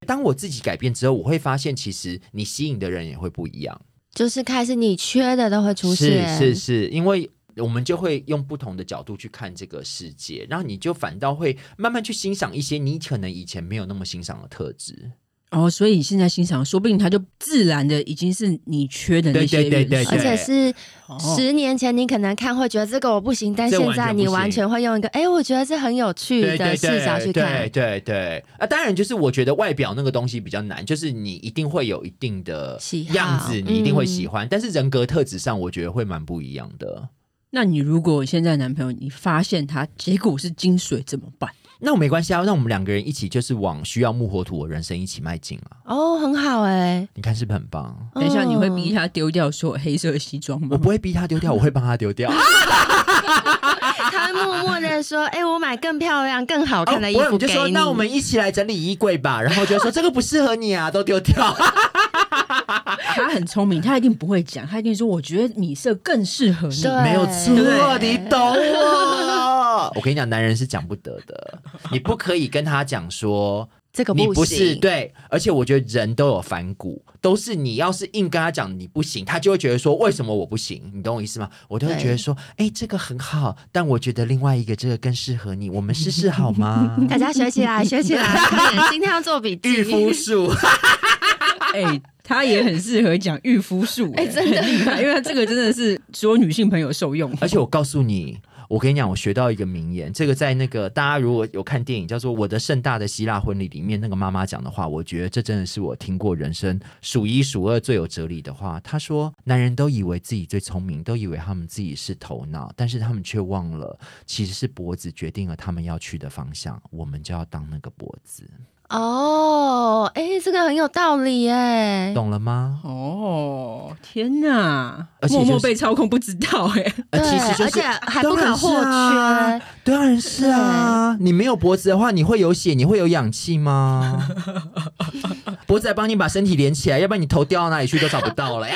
Speaker 3: 当我自己改变之后，我会发现，其实你吸引的人也会不一样。
Speaker 1: 就是开始你缺的都会出
Speaker 3: 是
Speaker 1: 现，
Speaker 3: 是是，因为我们就会用不同的角度去看这个世界，然后你就反倒会慢慢去欣赏一些你可能以前没有那么欣赏的特质。
Speaker 2: 哦，所以你现在欣赏，说不定他就自然的已经是你缺的那些
Speaker 3: 对对对
Speaker 2: 元素
Speaker 1: 而
Speaker 3: 对
Speaker 1: 且是
Speaker 2: 哦
Speaker 1: 十年前你可能看会觉得这个我不行，但
Speaker 3: 这
Speaker 1: 现
Speaker 3: 完全
Speaker 1: 在
Speaker 3: 不
Speaker 1: 你
Speaker 3: 行
Speaker 1: 完全会用一个哎、我觉得这很有趣
Speaker 3: 对
Speaker 1: 的
Speaker 3: 对
Speaker 1: 视角去看，
Speaker 3: 对对对啊，当然就是我觉得外表那个东西比较难，就是你一定会有一定的
Speaker 1: 喜好
Speaker 3: 样子，你一定会喜嗯欢，但是人格特质上，我觉得会蛮不一样的。
Speaker 2: 那你如果现在男朋友，你发现他结果是金水怎么办？
Speaker 3: 那我没关系啊，让我们两个人一起就是往需要木火土的人生一起迈进啊！
Speaker 1: 哦，很好哎、
Speaker 3: 你看是不是很棒？
Speaker 2: 等一下你会
Speaker 1: 嗯
Speaker 2: 逼他丢掉所有黑色的西装
Speaker 3: 我
Speaker 2: 吗？
Speaker 3: 不会逼他丢掉，我会帮他丢掉。
Speaker 1: 他会默默的说：“哎、我买更漂亮、更好
Speaker 3: 哦
Speaker 1: 看的衣
Speaker 3: 不会
Speaker 1: 服
Speaker 3: 我就
Speaker 1: 给你。
Speaker 3: 说那我们一起来整理衣柜吧，然后就说这个不适合你啊，都丢掉。
Speaker 2: 他很聪明，他一定不会讲，他一定说我觉得米色更适合你。
Speaker 1: 对
Speaker 3: 没有错，
Speaker 1: 对
Speaker 3: 你懂 我。我跟你讲，男人是讲不得的，你不可以跟他讲说。
Speaker 1: 这个
Speaker 3: 你
Speaker 1: 不
Speaker 3: 是
Speaker 1: 行，
Speaker 3: 对，而且我觉得人都有反骨，都是你要是硬跟他讲你不行，他就会觉得说为什么我不行？你懂我意思吗？我都会
Speaker 1: 对
Speaker 3: 觉得说，哎、这个很好，但我觉得另外一个这个更适合你，我们试试好 吗？
Speaker 1: 大家学起来，学起来，快点今天要做笔
Speaker 3: 御
Speaker 1: 记。
Speaker 3: 夫术，
Speaker 2: 哎、他也很适合讲御夫术、哎、真的很厉害，因为他这个真的是所有女性朋友受用。
Speaker 3: 而且我告诉你，我跟你讲，我学到一个名言，这个在那个大家如果有看电影叫做《我的盛大的希腊婚礼》里面，那个妈妈讲的话，我觉得这真的是我听过人生数一数二最有哲理的话。她说，男人都以为自己最聪明，都以为他们自己是头脑，但是他们却忘了，其实是脖子决定了他们要去的方向，我们就要当那个脖子，
Speaker 1: 哦，哎、这个很有道理耶。
Speaker 3: 懂了吗？
Speaker 2: 哦，天哪！
Speaker 3: 而且就
Speaker 2: 默
Speaker 3: 是
Speaker 2: 默被操控，不知道哎、
Speaker 1: 对，
Speaker 3: 呃，其实就
Speaker 1: 而
Speaker 3: 是
Speaker 1: 且还不可或
Speaker 3: 当然
Speaker 1: 缺
Speaker 3: 是啊。当然是啊，你没有脖子的话，你会有血，你会有氧气吗？ 脖子还帮你把身体连起来，要不然你头掉到哪里去都找不 到了呀。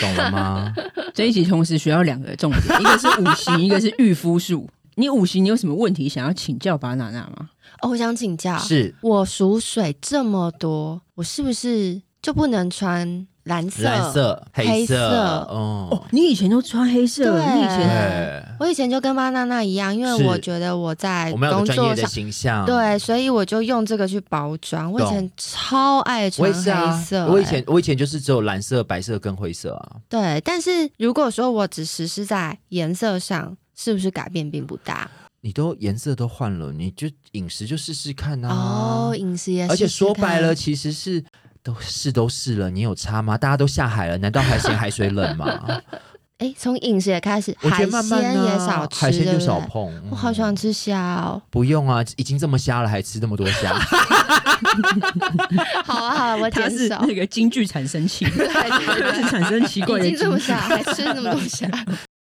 Speaker 3: 懂了吗？
Speaker 2: 这一集同时学到两个重点，一个是五行，一个是御夫术。 你五行你有什么问题想要请教巴娜娜吗？
Speaker 1: 哦，我想请教，
Speaker 3: 是
Speaker 1: 我属水这么多，我是不是就不能穿蓝色？
Speaker 3: 蓝色、
Speaker 1: 黑
Speaker 3: 黑
Speaker 1: 色
Speaker 3: 哦，
Speaker 2: 你以前都穿黑色，
Speaker 1: 对
Speaker 2: 你以前
Speaker 3: 对，
Speaker 1: 我以前就跟巴娜娜一样，因为
Speaker 3: 是
Speaker 1: 我觉得我在
Speaker 3: 哎我们要有
Speaker 1: 工
Speaker 3: 个专
Speaker 1: 作
Speaker 3: 业的
Speaker 1: 上。
Speaker 3: 形象。。
Speaker 1: 对，所以我就用这个去包装。我以
Speaker 3: 啊懂
Speaker 1: 前超爱
Speaker 3: 我
Speaker 1: 穿黑
Speaker 3: 也是
Speaker 1: 色、
Speaker 3: 啊，
Speaker 1: 欸
Speaker 3: 我以前我以前就是只有蓝色、白色跟灰色啊。
Speaker 1: 对，但是如果说我只实施在颜色上，是不是改变并不大？
Speaker 3: 你都颜色都换了，你就饮食就试试看啊。
Speaker 1: 哦，饮食也是，
Speaker 3: 而且说白了，，其实是 都是都是了，你有差吗？大家都下海了，难道还嫌海水冷吗？
Speaker 1: 哎，从饮食也开始，
Speaker 3: 我觉
Speaker 1: 海
Speaker 3: 得慢慢
Speaker 1: 鲜也
Speaker 3: 啊
Speaker 1: 少吃，
Speaker 3: 海鲜
Speaker 1: 对
Speaker 3: 就
Speaker 1: 不
Speaker 3: 少
Speaker 1: 对
Speaker 3: 碰。
Speaker 1: 我好喜
Speaker 3: 嗯！
Speaker 1: 欢吃虾哦
Speaker 3: 不用啊，已经这么瞎了，还吃这么 多虾，
Speaker 1: 好啊，好啊， 我
Speaker 2: 它
Speaker 1: 减
Speaker 2: 是
Speaker 1: 少。
Speaker 2: 那个京剧产生 器， 它是产生奇怪的
Speaker 1: 已经
Speaker 2: 京
Speaker 1: 这么
Speaker 2: 剧。
Speaker 1: 小，还吃那么多虾，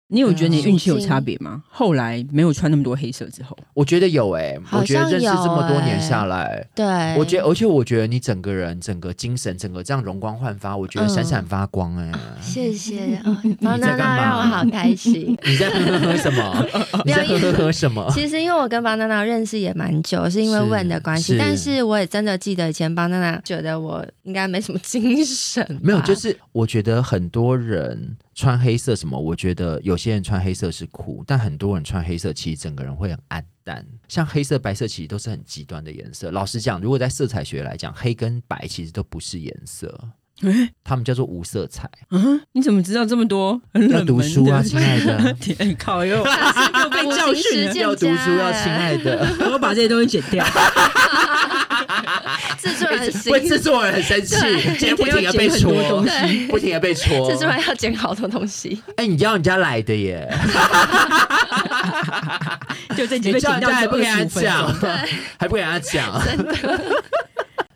Speaker 2: 你有觉得你
Speaker 1: 嗯
Speaker 2: 运气有差别吗？后来没有穿那么多黑色之后，
Speaker 3: 我觉得有哎、
Speaker 1: 好
Speaker 3: 我觉得
Speaker 1: 像
Speaker 3: 认识
Speaker 1: 有
Speaker 3: 这么多
Speaker 1: 欸
Speaker 3: 年
Speaker 1: 哎
Speaker 3: 下来，
Speaker 1: 对，
Speaker 3: 我觉得，而且我觉得你整个人、整个精神、整个这样容光焕发，我觉
Speaker 1: 嗯
Speaker 3: 得闪闪发光哎、
Speaker 1: 谢谢哦，方
Speaker 3: 在
Speaker 1: 娜
Speaker 3: 干
Speaker 1: 娜
Speaker 3: 嘛
Speaker 1: 让我好开心。
Speaker 3: 你在呵呵呵 什么？你在呵呵呵什么？
Speaker 1: 其实因为我跟邦娜娜认识也蛮久，是因为
Speaker 3: 是
Speaker 1: 问的关系，
Speaker 3: 是
Speaker 1: 但是我也真的记得以前邦娜娜觉得我应该没什么精神吧，
Speaker 3: 没有，就是我觉得很多人穿黑色什么，我觉得有些人穿黑色是酷，但很多人穿黑色其实整个人会很暗淡。像黑色、白色其实都是很极端的颜色。老实讲，如果在色彩学来讲，黑跟白其实都不是颜色，他们叫做无色彩。
Speaker 2: 嗯，你怎么知道这么多？很冷
Speaker 3: 要
Speaker 2: 门的，
Speaker 3: 读书啊，亲爱的
Speaker 2: 天，靠，又又被教
Speaker 1: 五
Speaker 2: 训
Speaker 1: 行实
Speaker 2: 了
Speaker 1: 践。
Speaker 3: 要读书，要亲爱的。
Speaker 2: 我要把这些东西剪掉，
Speaker 1: 制作人心
Speaker 3: 会制作人很生气，今天不停的被
Speaker 2: 一定要剪很多
Speaker 3: 戳
Speaker 2: 东，
Speaker 3: 不停的被戳。
Speaker 1: 制作人要剪好多东西，
Speaker 3: 哎、你叫人家来的耶，
Speaker 2: 就这集
Speaker 3: 你
Speaker 2: 被
Speaker 3: 叫
Speaker 2: 剪
Speaker 3: 人
Speaker 2: 掉
Speaker 3: 家还不
Speaker 2: 给
Speaker 3: 跟人家讲，还不跟人家讲。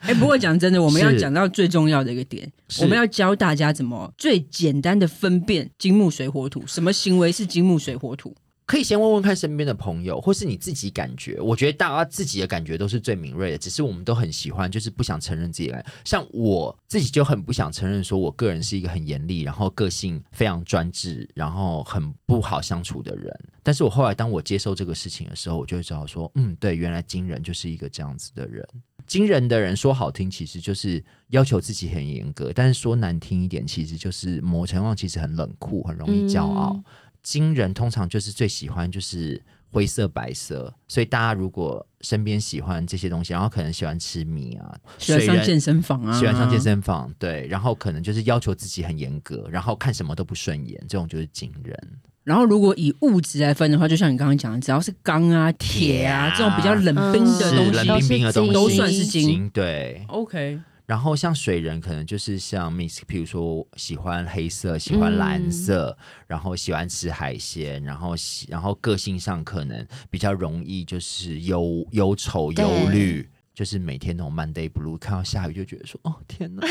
Speaker 2: 哎，不过讲真的，我们要
Speaker 3: 是
Speaker 2: 讲到最重要的一个点，
Speaker 3: 是
Speaker 2: 我们要教大家怎么最简单的分辨金木水火土，什么行为是金木水火土。
Speaker 3: 可以先问问看身边的朋友，或是你自己感觉。我觉得大家自己的感觉都是最敏锐的，只是我们都很喜欢，就是不想承认自己的感觉。像我自己就很不想承认，说我个人是一个很严厉，然后个性非常专制，然后很不好相处的人。但是我后来当我接受这个事情的时候，我就会知道说，嗯，对，原来金人就是一个这样子的人。金人的人说好听，其实就是要求自己很严格；但是说难听一点，其实就是某程度上其实很冷酷，很容易骄傲。
Speaker 1: 嗯
Speaker 3: 金人通常就是最喜欢就是灰色、白色，所以大家如果身边喜欢这些东西，然后可能喜欢吃米啊，
Speaker 2: 喜欢
Speaker 3: 水
Speaker 2: 上
Speaker 3: 人
Speaker 2: 健身房啊，
Speaker 3: 喜欢上健。身房，对，然后可能就是要求自己很严格，然后看什么都不顺眼，这种就是金人。
Speaker 2: 然后如果以物质来分的话，就像你刚刚讲的，只要是钢啊、铁啊
Speaker 3: 铁啊
Speaker 2: 这种比较冷冰的
Speaker 1: 是
Speaker 2: 东
Speaker 3: 冷
Speaker 2: 西。
Speaker 3: 冰冰的东西
Speaker 2: 都算是金
Speaker 3: 金对。
Speaker 2: OK，
Speaker 3: 然后像水人，可能就是像 Miss，譬如说喜欢黑色，喜欢蓝色，
Speaker 2: 嗯
Speaker 3: 然后喜欢吃海鲜，然后喜然后个性上可能比较容易就是忧忧愁、
Speaker 1: 对
Speaker 3: 忧虑。就是每天那种 Monday Blue，看到下雨就觉得说，哦天 哪，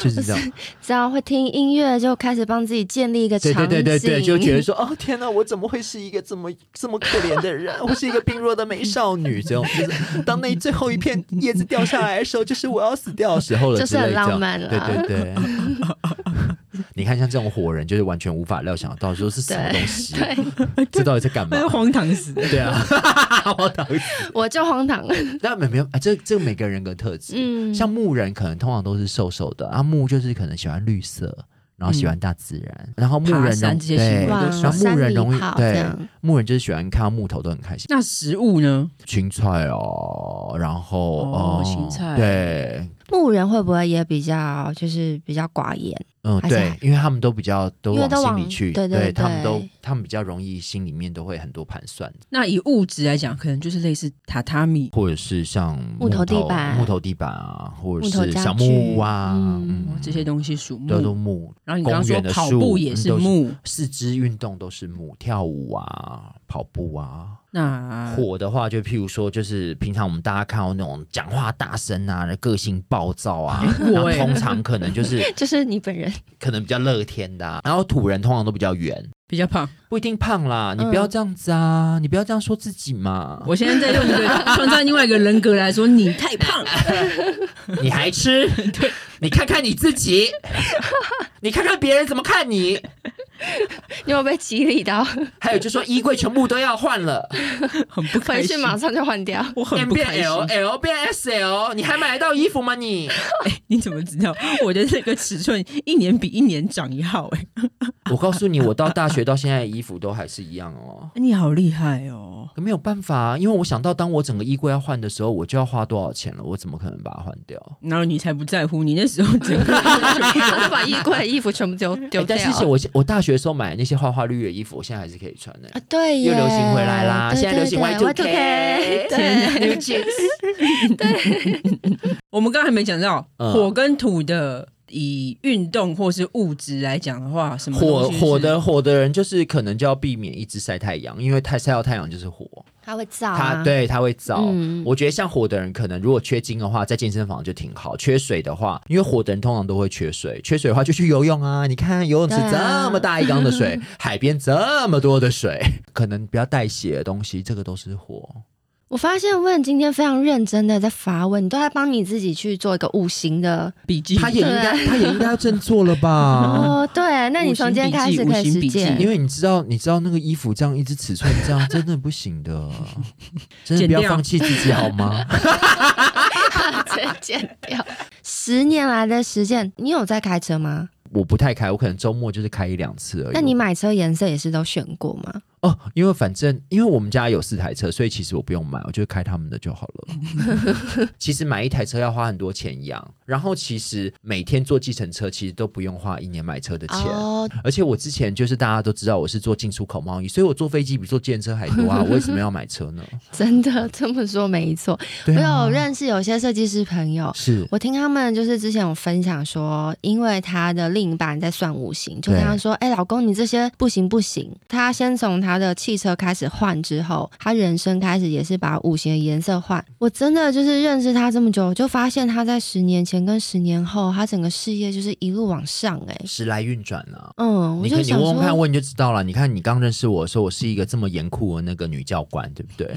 Speaker 3: 就是这样，
Speaker 1: 只要会听音乐就开始帮自己建立一个场
Speaker 3: 对
Speaker 1: 景，
Speaker 3: 对对对对，就觉得说，哦天哪，我怎么会是一个这么这么可怜的人？我是一个病弱的美 少女，这种就是当那最后一片叶子掉下来的时候，就是我要死掉的时候了，
Speaker 1: 就是很
Speaker 3: 之类这样
Speaker 1: 浪漫啦
Speaker 3: 对 对对，你看像这种火人，就是完全无法料想到说是什么东西，这到底在干 嘛
Speaker 2: 那是？荒唐死了。
Speaker 3: 对啊，我讨厌。
Speaker 1: 我就荒唐，
Speaker 3: 那没没有啊，这这个每个人人格特质，
Speaker 1: 嗯
Speaker 3: 像木人可能通常都是瘦瘦的，啊木就是可能喜欢绿色，然后喜欢大自然，
Speaker 1: 嗯
Speaker 3: 然后木
Speaker 2: 爬
Speaker 3: 人
Speaker 2: 山
Speaker 3: 容
Speaker 2: 这些
Speaker 3: 对
Speaker 2: 行为
Speaker 1: 往
Speaker 2: 都
Speaker 3: 然
Speaker 2: 算
Speaker 3: 后木
Speaker 1: 山
Speaker 3: 人
Speaker 1: 里
Speaker 3: 容易
Speaker 1: 跑这
Speaker 3: 对
Speaker 1: 样，
Speaker 3: 木人就是喜欢看到木头都很开心，
Speaker 2: 那食物呢？
Speaker 3: 芹菜哦，然后
Speaker 2: 哦
Speaker 3: 哦
Speaker 2: 芹菜
Speaker 3: 对。
Speaker 1: 牧人会不会也比较就是比较寡言？
Speaker 3: 嗯，
Speaker 1: 还是
Speaker 3: 对
Speaker 1: 还，
Speaker 3: 因为他们都比较都
Speaker 1: 因为
Speaker 3: 往
Speaker 1: 都
Speaker 3: 心
Speaker 1: 往
Speaker 3: 里去，
Speaker 1: 对对
Speaker 3: 他们都
Speaker 1: 对
Speaker 3: 他们比较容易心里面都会很多盘算，
Speaker 2: 那以物质来讲，可能就是类似榻榻米。
Speaker 3: 或者是像
Speaker 1: 木头地板
Speaker 3: 木头地板啊，或者
Speaker 1: 木头
Speaker 3: 是
Speaker 1: 家
Speaker 3: 小
Speaker 1: 具
Speaker 3: 木屋啊，
Speaker 1: 嗯
Speaker 2: 哦
Speaker 3: 嗯，
Speaker 2: 这些东西属木
Speaker 3: 都，都木，
Speaker 2: 然后你刚刚说
Speaker 3: 公园的
Speaker 2: 跑
Speaker 3: 树嗯
Speaker 2: 步也是木，
Speaker 3: 四肢运动都是木，跳舞啊，跑步啊。
Speaker 2: 那
Speaker 3: 火的话，就譬如说，就是平常我们大家看到那种讲话大声啊，个性暴躁啊，
Speaker 2: 我
Speaker 3: 然后
Speaker 2: 欸
Speaker 3: 通常可能就是
Speaker 1: 就是你本人
Speaker 3: 可能比较乐天的、啊，然后土人通常都比较圆。
Speaker 2: 比较胖。
Speaker 3: 不一定胖啦，你不要这样子啊！你不要这样说自己嘛，
Speaker 2: 嗯我现在在用一 个创造另外一个人格来说，你太胖了。
Speaker 3: 你还吃？ 你看看你自己，你看看别人怎么看你。
Speaker 1: 你有被激励到，
Speaker 3: 还有就说衣柜全部都要换 了
Speaker 2: 很不开
Speaker 1: 回
Speaker 2: 心
Speaker 1: 去。马上就换 掉。
Speaker 2: 我很
Speaker 3: ，M
Speaker 2: 不
Speaker 3: 变
Speaker 2: 开心。
Speaker 3: L L 变 S L，你还买得到衣服吗你？
Speaker 2: 哎你怎么知道我的这个尺寸一年比一年长一号、欸？
Speaker 3: 我告诉你，我到大学到现在的衣服都还是一样哦。
Speaker 2: 哎你好厉害哦！
Speaker 3: 可没有办法、啊，因为我想到当我整个衣柜要换的时候，我就要花多少钱了，我怎么可能把它换掉？
Speaker 2: 然后你才不在乎，你那时候整个
Speaker 1: 他就把衣柜的衣服全部丢丢
Speaker 3: 哎
Speaker 1: 掉。
Speaker 3: 但
Speaker 2: 啊
Speaker 3: 是我我大学的时候买的那些花花绿绿的衣服，我现在还是可以穿的、
Speaker 1: 啊，对耶，
Speaker 3: 又流行回来啦，
Speaker 1: 对
Speaker 3: 现在流行 Y
Speaker 1: 对
Speaker 3: two
Speaker 1: 对 Y2K，对
Speaker 3: New Jeans，
Speaker 2: 我们刚才没讲到
Speaker 3: 嗯
Speaker 2: 火跟土的以运动或是物质来讲的话，什么
Speaker 3: 火
Speaker 2: 东西是
Speaker 3: 火的火的人就是可能就要避免一直晒太阳，因为太晒到太阳就是火，
Speaker 1: 它会燥、啊，
Speaker 3: 它，对它会燥。
Speaker 1: 嗯
Speaker 3: 我觉得像火的人，可能如果缺金的话，在健身房就挺好；缺水的话，因为火的人通常都会缺水，缺水的话就去游泳啊。你看游泳池
Speaker 1: 对啊
Speaker 3: 这么大一缸的水，海边这么多的水，可能不要带血的东西，这个都是火。
Speaker 1: 我发现问今天非常认真的在发问，你都在帮你自己去做一个五行的。
Speaker 2: 笔记，
Speaker 3: 他也应
Speaker 1: 啊
Speaker 3: 该，他也应该要振作了 吧？
Speaker 1: 哦，对，那你从今天开始可以实
Speaker 2: 五行笔记五行笔
Speaker 1: 践
Speaker 2: 记。
Speaker 3: 因为你知道，你知道那个衣服这样一直尺寸这样真的不 行的，真的
Speaker 2: 剪
Speaker 3: 不要
Speaker 2: 掉
Speaker 3: 放弃自己好吗？
Speaker 1: 直接剪掉。十年来的实践，你有在开车吗？
Speaker 3: 我不太开，我可能周末就是开一两次而已。
Speaker 1: 那你买车颜色也是都选过吗？
Speaker 3: 哦，因为反正因为我们家有四台车，所以其实我不用买，我就开他们的就好了。 其实买一台车要花很多钱养，然后其实每天坐计程车其实都不用花一年买车的钱。
Speaker 1: 哦，
Speaker 3: 而且我之前就是大家都知道我是做进出口贸易，所以我坐飞机比坐电车还 多啊！我为什么要买车呢？
Speaker 1: 真的这么说没错。
Speaker 3: 对
Speaker 1: 我
Speaker 3: 啊，
Speaker 1: 有认识有些设计师朋友，
Speaker 3: 是
Speaker 1: 我听他们就是之前有分享说，因为他的另一半在算五行，就跟他说：“哎、老公，你这些不行不行。”他先从他的汽车开始换，之后他人生开始也是把五行的颜色换。我真的就是认识他这么久，我就发现他在十年前跟十年后，他整个事业就是一路往上、哎，
Speaker 3: 时来运转啊。
Speaker 1: 嗯，我
Speaker 3: 你看，
Speaker 1: 就
Speaker 3: 你
Speaker 1: 想
Speaker 3: 问问看
Speaker 1: 说，
Speaker 3: 问你就知道了。你看，你刚认识我的时候，我是一个这么严酷的那个女教官，对不 对？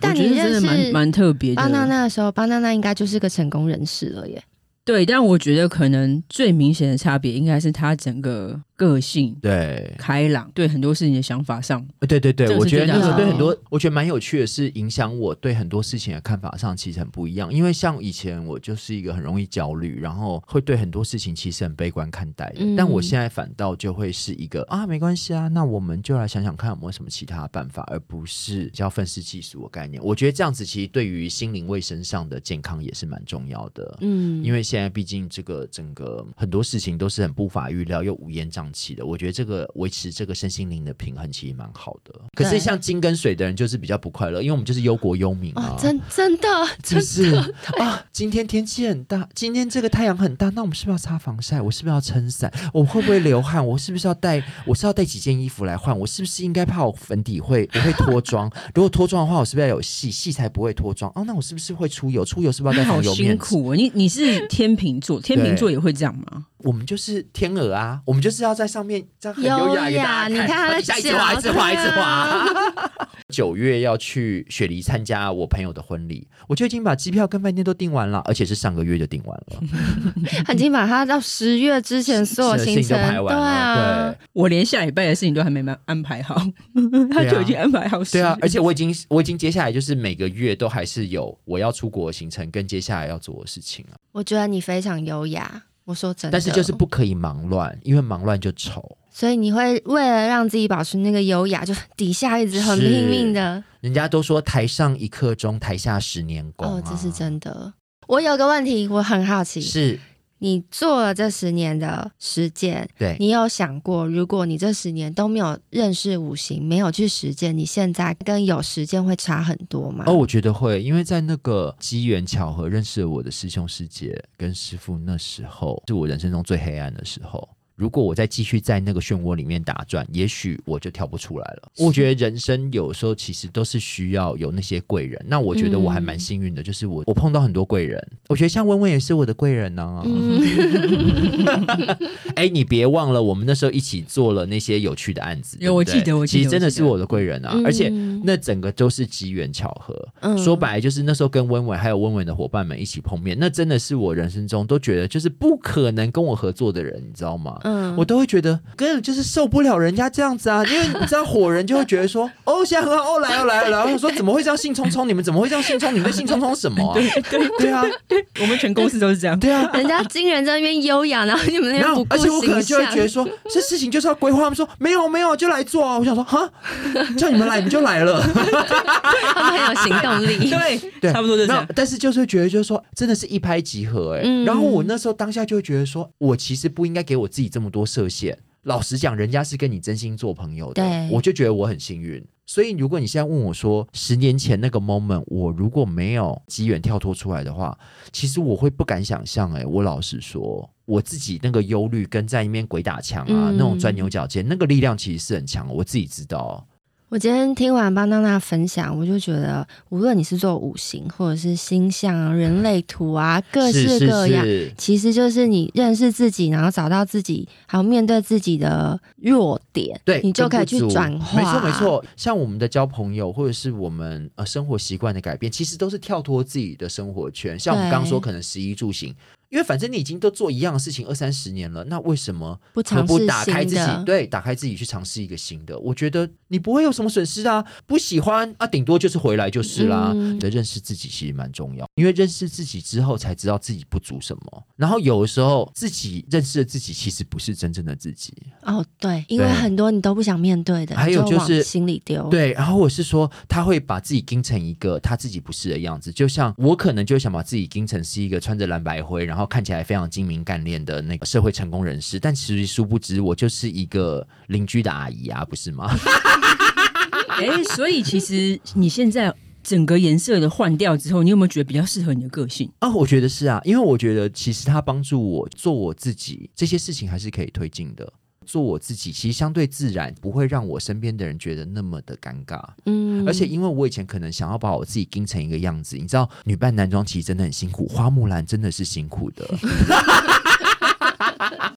Speaker 1: 但
Speaker 2: 我觉
Speaker 1: 你
Speaker 2: 得
Speaker 1: 认
Speaker 2: 真的蛮
Speaker 1: 识啊
Speaker 2: 蛮特别
Speaker 1: 巴娜
Speaker 2: 的。
Speaker 1: 娜的时候，巴娜娜应该就是个成功人士了耶。
Speaker 2: 对，但我觉得可能最明显的差别应该是他整个个性
Speaker 3: 对，
Speaker 2: 开朗，对很多事情的想法上，
Speaker 3: 对对
Speaker 2: 这
Speaker 3: 对，
Speaker 2: 个
Speaker 3: 我
Speaker 2: 是
Speaker 3: 觉得
Speaker 2: 最
Speaker 3: 那
Speaker 1: 大
Speaker 3: 个
Speaker 1: 的
Speaker 3: 对
Speaker 1: 差
Speaker 3: 很多，我觉得蛮有趣的是，影响我对很多事情的看法上其实很不一样。因为像以前我就是一个很容易焦虑，然后会对很多事情其实很悲观看待的，
Speaker 1: 嗯
Speaker 3: 但我现在反倒就会是一个啊，没关系啊，那我们就来想想看有没有什么其他的办法，而不是比较愤世嫉俗的概念。我觉得这样子其实对于心灵卫生上的健康也是蛮重要的。
Speaker 1: 嗯，
Speaker 3: 因为现在毕竟这个整个很多事情都是很不法预料又乌烟瘴气的，我觉得这个维持这个身心灵的平衡其实蛮好的。可
Speaker 1: 对
Speaker 3: 是像金跟水的人就是比较不快乐，因为我们就是忧国忧民啊。
Speaker 1: 哦，真真 的，
Speaker 3: 是不是啊？今天天气很大，今天这个太阳很大，那我们是不是要擦防晒？我是不是要撑伞？我会不会流汗？我是不是要带？我是要带几件衣服来换？我是不是应该怕我粉底会我会脱妆？如果脱妆的话，我是不是要有戏？戏才不会脱妆哦。那我是不是会出油？出油是不是要带
Speaker 2: 好
Speaker 3: 防油
Speaker 2: 辛
Speaker 3: 面纸？
Speaker 2: 苦哦。你你是天秤座，天秤座也会这样吗？
Speaker 3: 我们就是天鹅啊，我们就是要在上面这样很
Speaker 1: 优
Speaker 3: 优雅给
Speaker 1: 雅
Speaker 3: 大家
Speaker 1: 你看他的
Speaker 3: 一下一直
Speaker 1: 脚
Speaker 3: 滑，一直滑，一
Speaker 1: 对啊
Speaker 3: 直滑。 九月要去雪梨参加我朋友的婚礼，我就已经把机票跟饭店都订完了，而且是上个月就订完了，
Speaker 1: 已经把他到十月之前所有
Speaker 3: 是
Speaker 1: 行
Speaker 3: 事情
Speaker 1: 程
Speaker 3: 都排，完
Speaker 1: 对啊
Speaker 3: 了，。
Speaker 2: 我连下礼拜的事情都还没安安排好， 他就已经安排好事
Speaker 3: 对对啊，而且我已经我已经接下来就是每个月都还是有我要出国的行程跟接下来要做的事情啊，
Speaker 1: 我觉得你非常优雅，我说真的。
Speaker 3: 但是就是，不可以忙乱，因为忙乱就丑。
Speaker 1: 所以你会为了让自己保持那个优雅，就底下一直很
Speaker 3: 是
Speaker 1: 拼命的。
Speaker 3: 人家都说台上一刻钟，台下十年功、啊
Speaker 1: 哦，这是真的。我有个问题，我很好奇，
Speaker 3: 是
Speaker 1: 你做了这十年的实践，
Speaker 3: 对。
Speaker 1: 你有想过，如果你这十年都没有认识五行，没有去实践，你现在跟有实践会差很多吗？
Speaker 3: 哦，，我觉得会，因为在那个机缘巧合认识了我的师兄师姐跟师傅，那时候是我人生中最黑暗的时候。如果我再继续在那个漩涡里面打转，也许我就跳不出来了。我觉得人生有时候其实都是需要有那些贵人。那我觉得我还蛮幸运的，就是我我碰到很多贵人。我觉得像温温也是我的贵人呢、
Speaker 1: 嗯，
Speaker 3: 哎、你别忘了，我们那时候一起做了那些有趣的案子。
Speaker 2: 有我
Speaker 3: 对不对
Speaker 2: 记得我记得
Speaker 3: 其实真的
Speaker 2: 我记
Speaker 3: 是
Speaker 2: 得嗯
Speaker 3: 我的贵人啊，而且那整个都是机缘巧合。
Speaker 1: 嗯
Speaker 3: 说白了就是那时候跟温伟还有温伟的伙伴们一起碰面，那真的是我人生中都觉得就是不可能跟我合作的人，你知道吗？
Speaker 1: 嗯
Speaker 3: 我都会觉得根本就是受不了人家这样子 啊，因为你知道火人就会觉得说哦现在很好哦来哦来哦来哦，我想说怎么会这样兴冲冲？你们怎么会这样兴冲？你们在兴冲冲什么啊？对对对啊
Speaker 2: 我们全公司都是这样。
Speaker 3: 对啊！
Speaker 1: 人家金人在那边优雅，然后你们那
Speaker 3: 然
Speaker 1: 边
Speaker 3: 后
Speaker 1: 不，
Speaker 3: 而且我
Speaker 1: 顾
Speaker 3: 可能
Speaker 1: 形
Speaker 3: 就会
Speaker 1: 象
Speaker 3: 觉。得说，这事情就是要规划。他们说没有没有，就来做啊！我想说，哈，叫你们来你们就来了。
Speaker 1: 他们很有行动 力。
Speaker 2: 对
Speaker 3: 对，
Speaker 2: 差不多就这
Speaker 3: 没有
Speaker 2: 样。
Speaker 3: 但是就是觉得，就是说，真的是一拍即合哎、
Speaker 1: 嗯
Speaker 3: 然后我那时候当下就会觉得说，我其实不应该给我自己这么多设限。老实讲，人家是跟你真心做朋友的
Speaker 1: 对，
Speaker 3: 我就觉得我很幸运。所以，如果你现在问我说，十年前那个 moment，我如果没有机缘跳脱出来的话，其实我会不敢想象。哎，我老实说，我自己那个忧虑跟在那边鬼打墙啊，
Speaker 1: 嗯
Speaker 3: 那种钻牛角尖，那个力量其实是很强，我自己知道。
Speaker 1: 我今天听完邦娜娜分享，我就觉得，无论你是做五行，或者是星象、啊、人类图啊，各式各样，
Speaker 3: 是是
Speaker 1: 其实就是你认识自己，然后找到自己，还有面对自己的弱点，
Speaker 3: 对，
Speaker 1: 你就可以去
Speaker 3: 跟不足
Speaker 1: 转化。
Speaker 3: 没错，没。错。像我们的交朋友，或者是我们呃生活习惯的改变，其实都是跳脱自己的生活圈。像我们
Speaker 1: 对
Speaker 3: 刚刚说，可能食衣住行，因为反正你已经都做一样的事情二三十年了，那为什么
Speaker 1: 不
Speaker 3: 何
Speaker 1: 尝
Speaker 3: 不
Speaker 1: 试
Speaker 3: 打开
Speaker 1: 新
Speaker 3: 自己？
Speaker 1: 的，
Speaker 3: 对，打开自己去尝试一个新的。我觉得你不会有什么损失啊，不喜欢啊，顶多就是回来就是啦。
Speaker 1: 嗯
Speaker 3: 你的认识自己其实蛮重要，因为认识自己之后才知道自己不足什么。然后有的时候自己认识了自己，其实不是真正的自己。
Speaker 1: 哦，对，因为
Speaker 3: 对
Speaker 1: 很多你都不想面对的，
Speaker 3: 还有
Speaker 1: 你就
Speaker 3: 就是
Speaker 1: 往心里丢。
Speaker 3: 对，然后我是说，他会把自己盯成一个他自己不是的样子，就像我可能就会想把自己盯成是一个穿着蓝白灰，然后看起来非常精明干练的那个社会成功人士，但其实殊不知我就是一个邻居的阿姨啊，不是吗？
Speaker 2: 哎，所以其实你现在整个颜色的换掉之后，你有没有觉得比较适合你的个性？
Speaker 3: 啊，我觉得是啊，因为我觉得其实他帮助我做我自己，这些事情还是可以推进的。做我自己，其实相对自然，不会让我身边的人觉得那么的尴尬。
Speaker 1: 嗯，
Speaker 3: 而且因为我以前可能想要把我自己盯成一个样子，你知道，女扮男装其实真的很辛苦，花木兰真的是辛苦 的。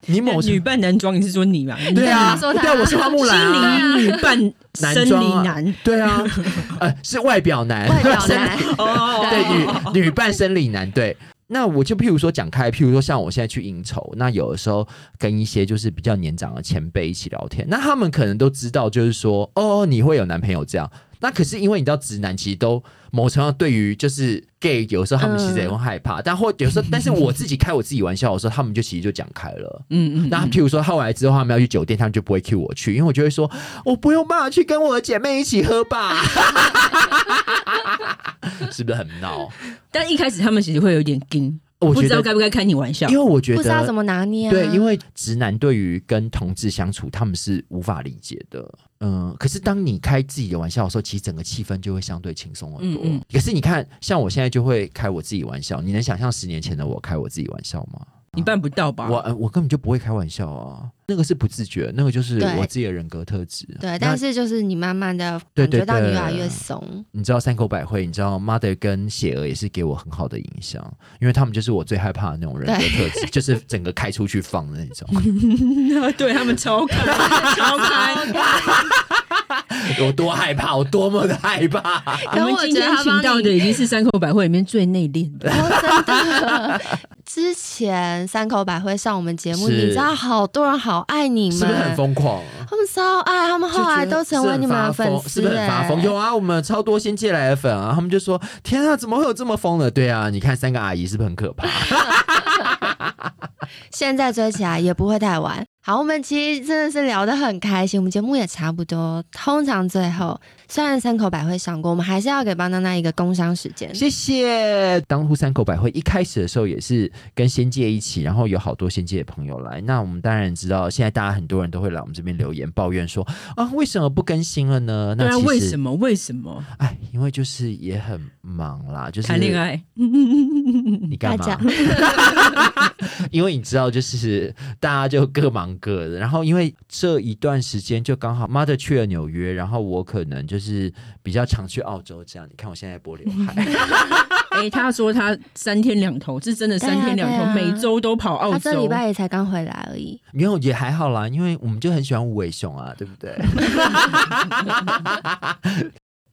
Speaker 3: 你某
Speaker 2: 女扮男装，你是说你嘛？你
Speaker 3: 对啊，
Speaker 1: 他说他
Speaker 3: 对啊，我是花木兰啊、
Speaker 2: 心理女扮生
Speaker 3: 男
Speaker 2: 理
Speaker 3: 装啊
Speaker 2: 男。
Speaker 3: 对啊，呃，是外表男，
Speaker 1: 外表
Speaker 3: 生理
Speaker 1: 男，
Speaker 2: 哦
Speaker 3: 对，女女扮生理男，对。那我就譬如说讲开，譬如说像我现在去应酬，那有的时候跟一些就是比较年长的前辈一起聊天，那他们可能都知道，就是说哦，你会有男朋友这样。那可是因为你知道，直男其实都某程度上对于就是 gay，有时候他们其实也会害怕，但或有时候，但是我自己开我自己玩笑的时候，他们就其实就讲开了。
Speaker 2: 嗯嗯，
Speaker 3: 那譬如说后来之后他们要去酒店，他们就不会 cue 我去，因为我就会说我不用办法去跟我的姐妹一起喝吧， 是不是很闹？
Speaker 2: 但一开始他们其实会有点惊，
Speaker 3: 我
Speaker 2: 不
Speaker 3: 觉
Speaker 2: 知道
Speaker 3: 得，
Speaker 2: 该不该开你玩笑
Speaker 3: 因为。我觉
Speaker 1: 不知道
Speaker 3: 得
Speaker 1: 怎么拿捏啊。
Speaker 3: 对，因为直男对于跟同志相处，他们是无法理解的。嗯，可是当你开自己的玩笑的时候，其实整个气氛就会相对轻松很多。
Speaker 2: 嗯嗯
Speaker 3: 可是你看，像我现在就会开我自己玩笑，你能想象十年前的我开我自己玩笑吗？
Speaker 2: 你办不到吧？
Speaker 3: 我呃我根本就不会开玩笑啊，那个是不自觉，那个就是
Speaker 1: 对
Speaker 3: 我自己的人格特质。
Speaker 1: 对，
Speaker 3: 那
Speaker 1: 但是就是你慢慢的
Speaker 3: 对
Speaker 1: 感
Speaker 3: 对
Speaker 1: 觉到你
Speaker 3: 对
Speaker 1: 越来越怂，
Speaker 3: 你知道三口百惠，你知道 Mother 跟雪儿也是给我很好的影响，因为他们就是我最害怕的那种人格特质，就是整个开出去放的那种。
Speaker 2: 对他们超 开超开。
Speaker 3: 有多害怕，我多么的害怕。
Speaker 2: 我
Speaker 1: 可
Speaker 2: 们
Speaker 1: 我
Speaker 2: 今
Speaker 1: 觉得
Speaker 2: 天
Speaker 1: 他
Speaker 2: 请
Speaker 1: 帮
Speaker 2: 到
Speaker 1: 你
Speaker 2: 的已经是三口百惠里面最内敛的。
Speaker 1: 哦真的。之前三口百惠上我们节目，
Speaker 3: 是
Speaker 1: 你知道好多人好爱你们，
Speaker 3: 是不是很疯狂？啊
Speaker 1: 他们超爱，他们 后来都成为你们的粉
Speaker 3: 是
Speaker 1: 丝、
Speaker 3: 不
Speaker 1: 欸，
Speaker 3: 是很发疯？有啊，我们超多新借来的粉啊，他们就说：“天啊，怎么会有这么疯的？”对啊，你看三个阿姨是不是很可怕？
Speaker 1: 现在追起来也不会太晚。好，我们其实真的是聊得很开心，我们节目也差不多。通常最后，虽然三口百惠上过，我们还是要给邦娜娜一个工商时间。
Speaker 3: 谢谢。当初三口百惠一开始的时候也是跟仙界一起，然后有好多仙界的朋友来。那我们当然知道，现在大家很多人都会来我们这边留言抱怨说：“啊，为什么不更新了呢？”
Speaker 2: 对
Speaker 3: 那
Speaker 2: 啊，
Speaker 3: 其实
Speaker 2: 为什？么？为什么
Speaker 3: 哎，因为就是也很忙啦，就是
Speaker 2: 谈恋，爱？嗯
Speaker 3: 你干
Speaker 1: 大
Speaker 3: 嘛
Speaker 1: 家？
Speaker 3: 因为你知道，就是大家就各忙各的。然后因为这一段时间就刚好 mother 去了纽约，然后我可能就是比较常去澳洲这样。你看我现在拨刘海，
Speaker 2: 哎，他说他三天两头，是真的三天两头，
Speaker 1: 对啊对啊
Speaker 2: 每周都跑澳
Speaker 1: 她这礼
Speaker 2: 洲。
Speaker 1: 拜也才刚回来而已，
Speaker 3: 没有也还好啦，因为我们就很喜欢无尾熊啊，对不对？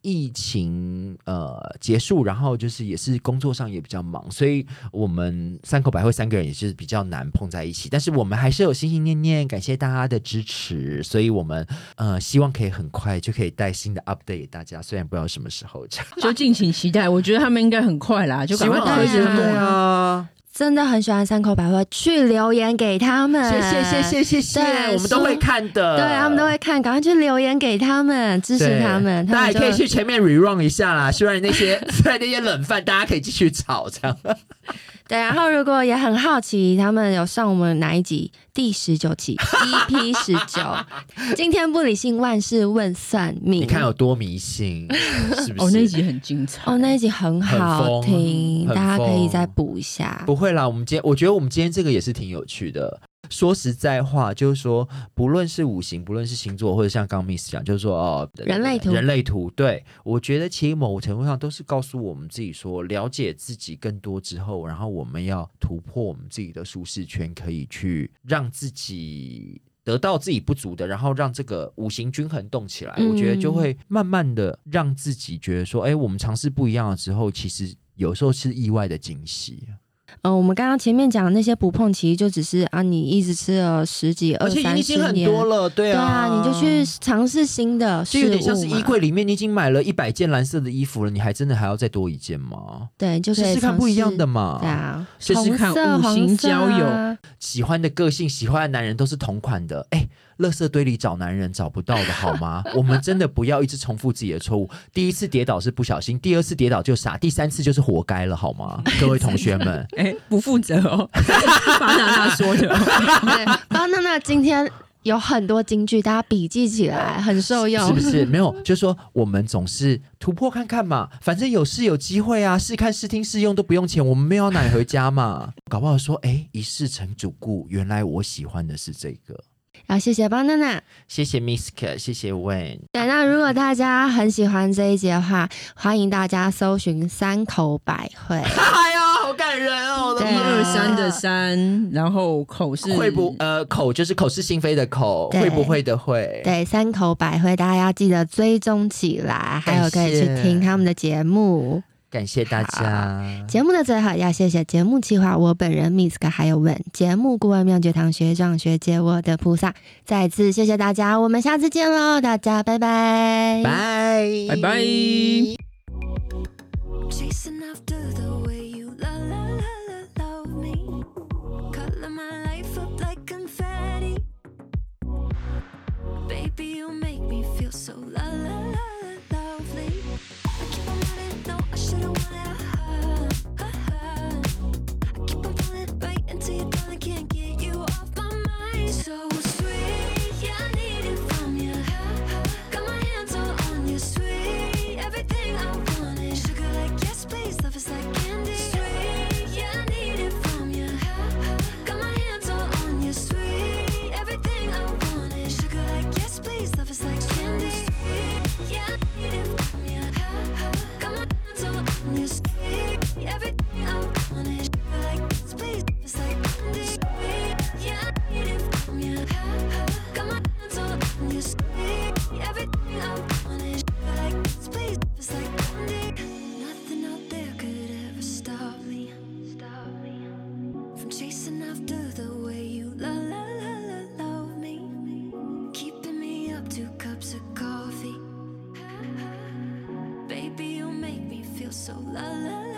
Speaker 3: 疫情呃结束，然后就是也是工作上也比较忙，所以我们三口百惠三个人也是比较难碰在一起，但是我们还是有心心念念，感谢大家的支持，所以我们呃希望可以很快就可以带新的 update 给大家，虽然不知道什么时候 这样，
Speaker 2: 就敬请期待，我觉得他们应该很快啦，就赶快推
Speaker 1: 希
Speaker 2: 着
Speaker 1: 望
Speaker 2: 他
Speaker 1: 对
Speaker 2: 们。
Speaker 3: 啊，
Speaker 1: 真的很喜欢三口百惠，去留言给他们，
Speaker 3: 谢谢谢谢谢谢，
Speaker 1: 啊对啊
Speaker 3: 我们都会看的，
Speaker 1: 对，啊他们都会看，赶快去留言给他们，支持
Speaker 3: 对
Speaker 1: 他们。他
Speaker 3: 大家
Speaker 1: 们
Speaker 3: 也可以
Speaker 1: 就
Speaker 3: 去 前面 rerun 一下啦。虽然那些虽然那些冷饭，大家可以继续炒这样。
Speaker 1: 对，然后如果也很好奇，他们有上我们哪一集？第十九期 EP 十 九，今天不理性，万事问算命。
Speaker 3: 你看有多迷信，是不是？
Speaker 2: 哦，那一集很精彩。
Speaker 1: 哦，那一集很好听，
Speaker 3: 很疯很疯
Speaker 1: 大家可以再补一下。
Speaker 3: 不会啦，我们今天我觉得我们今天这个也是挺有趣的。说实在话，就是说，不论是五行，不论是星座，或者像刚 Miss 讲，就是说哦，
Speaker 1: 人类图
Speaker 3: 人类图，对我觉得其实某程度上都是告诉我们自己说，了解自己更多之后，然后我们要突破我们自己的舒适圈，可以去让自己。得到自己不足的，然后让这个五行均衡动起来，
Speaker 1: 嗯
Speaker 3: 我觉得就会慢慢的让自己觉得说，哎，我们尝试不一样了之后，其实有时候是意外的惊喜。
Speaker 1: 嗯，我们刚刚前面讲的那些不碰，其实就只是啊，你一直吃了十几、二
Speaker 3: 而且
Speaker 1: 三
Speaker 3: 已经
Speaker 1: 十
Speaker 3: 很
Speaker 1: 年，
Speaker 3: 多了，
Speaker 1: 对
Speaker 3: 对啊，
Speaker 1: 啊，你就去。尝试新的事
Speaker 3: 就
Speaker 1: 物
Speaker 3: 有点像是衣
Speaker 1: 嘛
Speaker 3: 柜里面，你已经买了一百件蓝色的衣服了，你还真的还要再多一件吗？
Speaker 1: 对，就可
Speaker 3: 试
Speaker 1: 以
Speaker 3: 试看
Speaker 1: 尝
Speaker 3: 不一
Speaker 1: 试
Speaker 3: 样的。嘛。
Speaker 1: 对啊，
Speaker 2: 试试看
Speaker 1: 红色
Speaker 2: 五行
Speaker 1: 黄色
Speaker 2: 交友
Speaker 1: 啊
Speaker 3: 喜欢的个性、喜欢的男人都是同款的。哎，垃圾堆里找男人找不到的好 吗？我们真的不要一直重复自己的错误。第一次跌倒是不小心，第二次跌倒就傻，第三次就是活该了好 吗？各位同学们，
Speaker 2: 哎，不负责哦，巴娜娜说的哦，
Speaker 1: 对，巴娜娜今天有很多金句，大家笔记起来，很受
Speaker 3: 是
Speaker 1: 用
Speaker 3: 不。是？没有，就是说我们总是突破看看嘛，反正有试有机会啊，试看试听试用都不用钱，我们没有要奶回家嘛。搞不好说，哎，一试成主顾，原来我喜欢的是这个。
Speaker 1: 然后谢谢巴娜娜。
Speaker 3: 谢谢 Misk，谢谢 Wen，
Speaker 1: 对，那如果大家很喜欢这一集的话，欢迎大家搜寻三口百 惠。
Speaker 3: 哎呀，好感人哦！我的
Speaker 1: 对
Speaker 2: 一
Speaker 1: 啊
Speaker 2: 二三的三，然后口是
Speaker 3: 会不呃口就是口是心非的口，
Speaker 1: 对
Speaker 3: 会不会的会。
Speaker 1: 对，三口百惠，大家要记得追踪起来，还有可以去
Speaker 3: 感谢
Speaker 1: 听他们的节目。
Speaker 3: 感谢大家，
Speaker 1: 节目的最后要谢谢节目企划我本人 Misk 还有稳节目顾问妙觉堂学长学姐我的菩萨，再次谢谢大家，我们下次见喽，大家拜拜，
Speaker 3: 拜
Speaker 2: 拜拜。
Speaker 4: Chasing after the way you la la la la love me. Color my life up like confetti. Baby, you make me feel so la la la la lovely. I keep on running, no, I shouldn't want it. Ah, ah, ah. I keep on running right into your thought, I can't get you off my mind. So sweet, yeah, I need it from you. Ah, ah. Got my hands all on you, sweet, everything I wanted. Sugar like yes, please, love is like candy. Sweet, yeah, I need it from you. Ah, ah. Got my hands all on you, sweet, everything I wanted. Sugar like yes, please, love is like candy. Sweet, yeah, I need it from you. Ah, ah. Got my hands all on you, sweet, everything I wanted. Sugar like yes, please, love is like candy. Sweet, yeah, I need it from you. Ah, ah. Got my hands all on you, sweet, everything I wanted. Sugar like yes, please, love is like candy. Nothing out there could ever stop me. Stop me from chasing after the way you la la la la love me, keeping me up two cups of coffee. Baby, you make me feel so la la la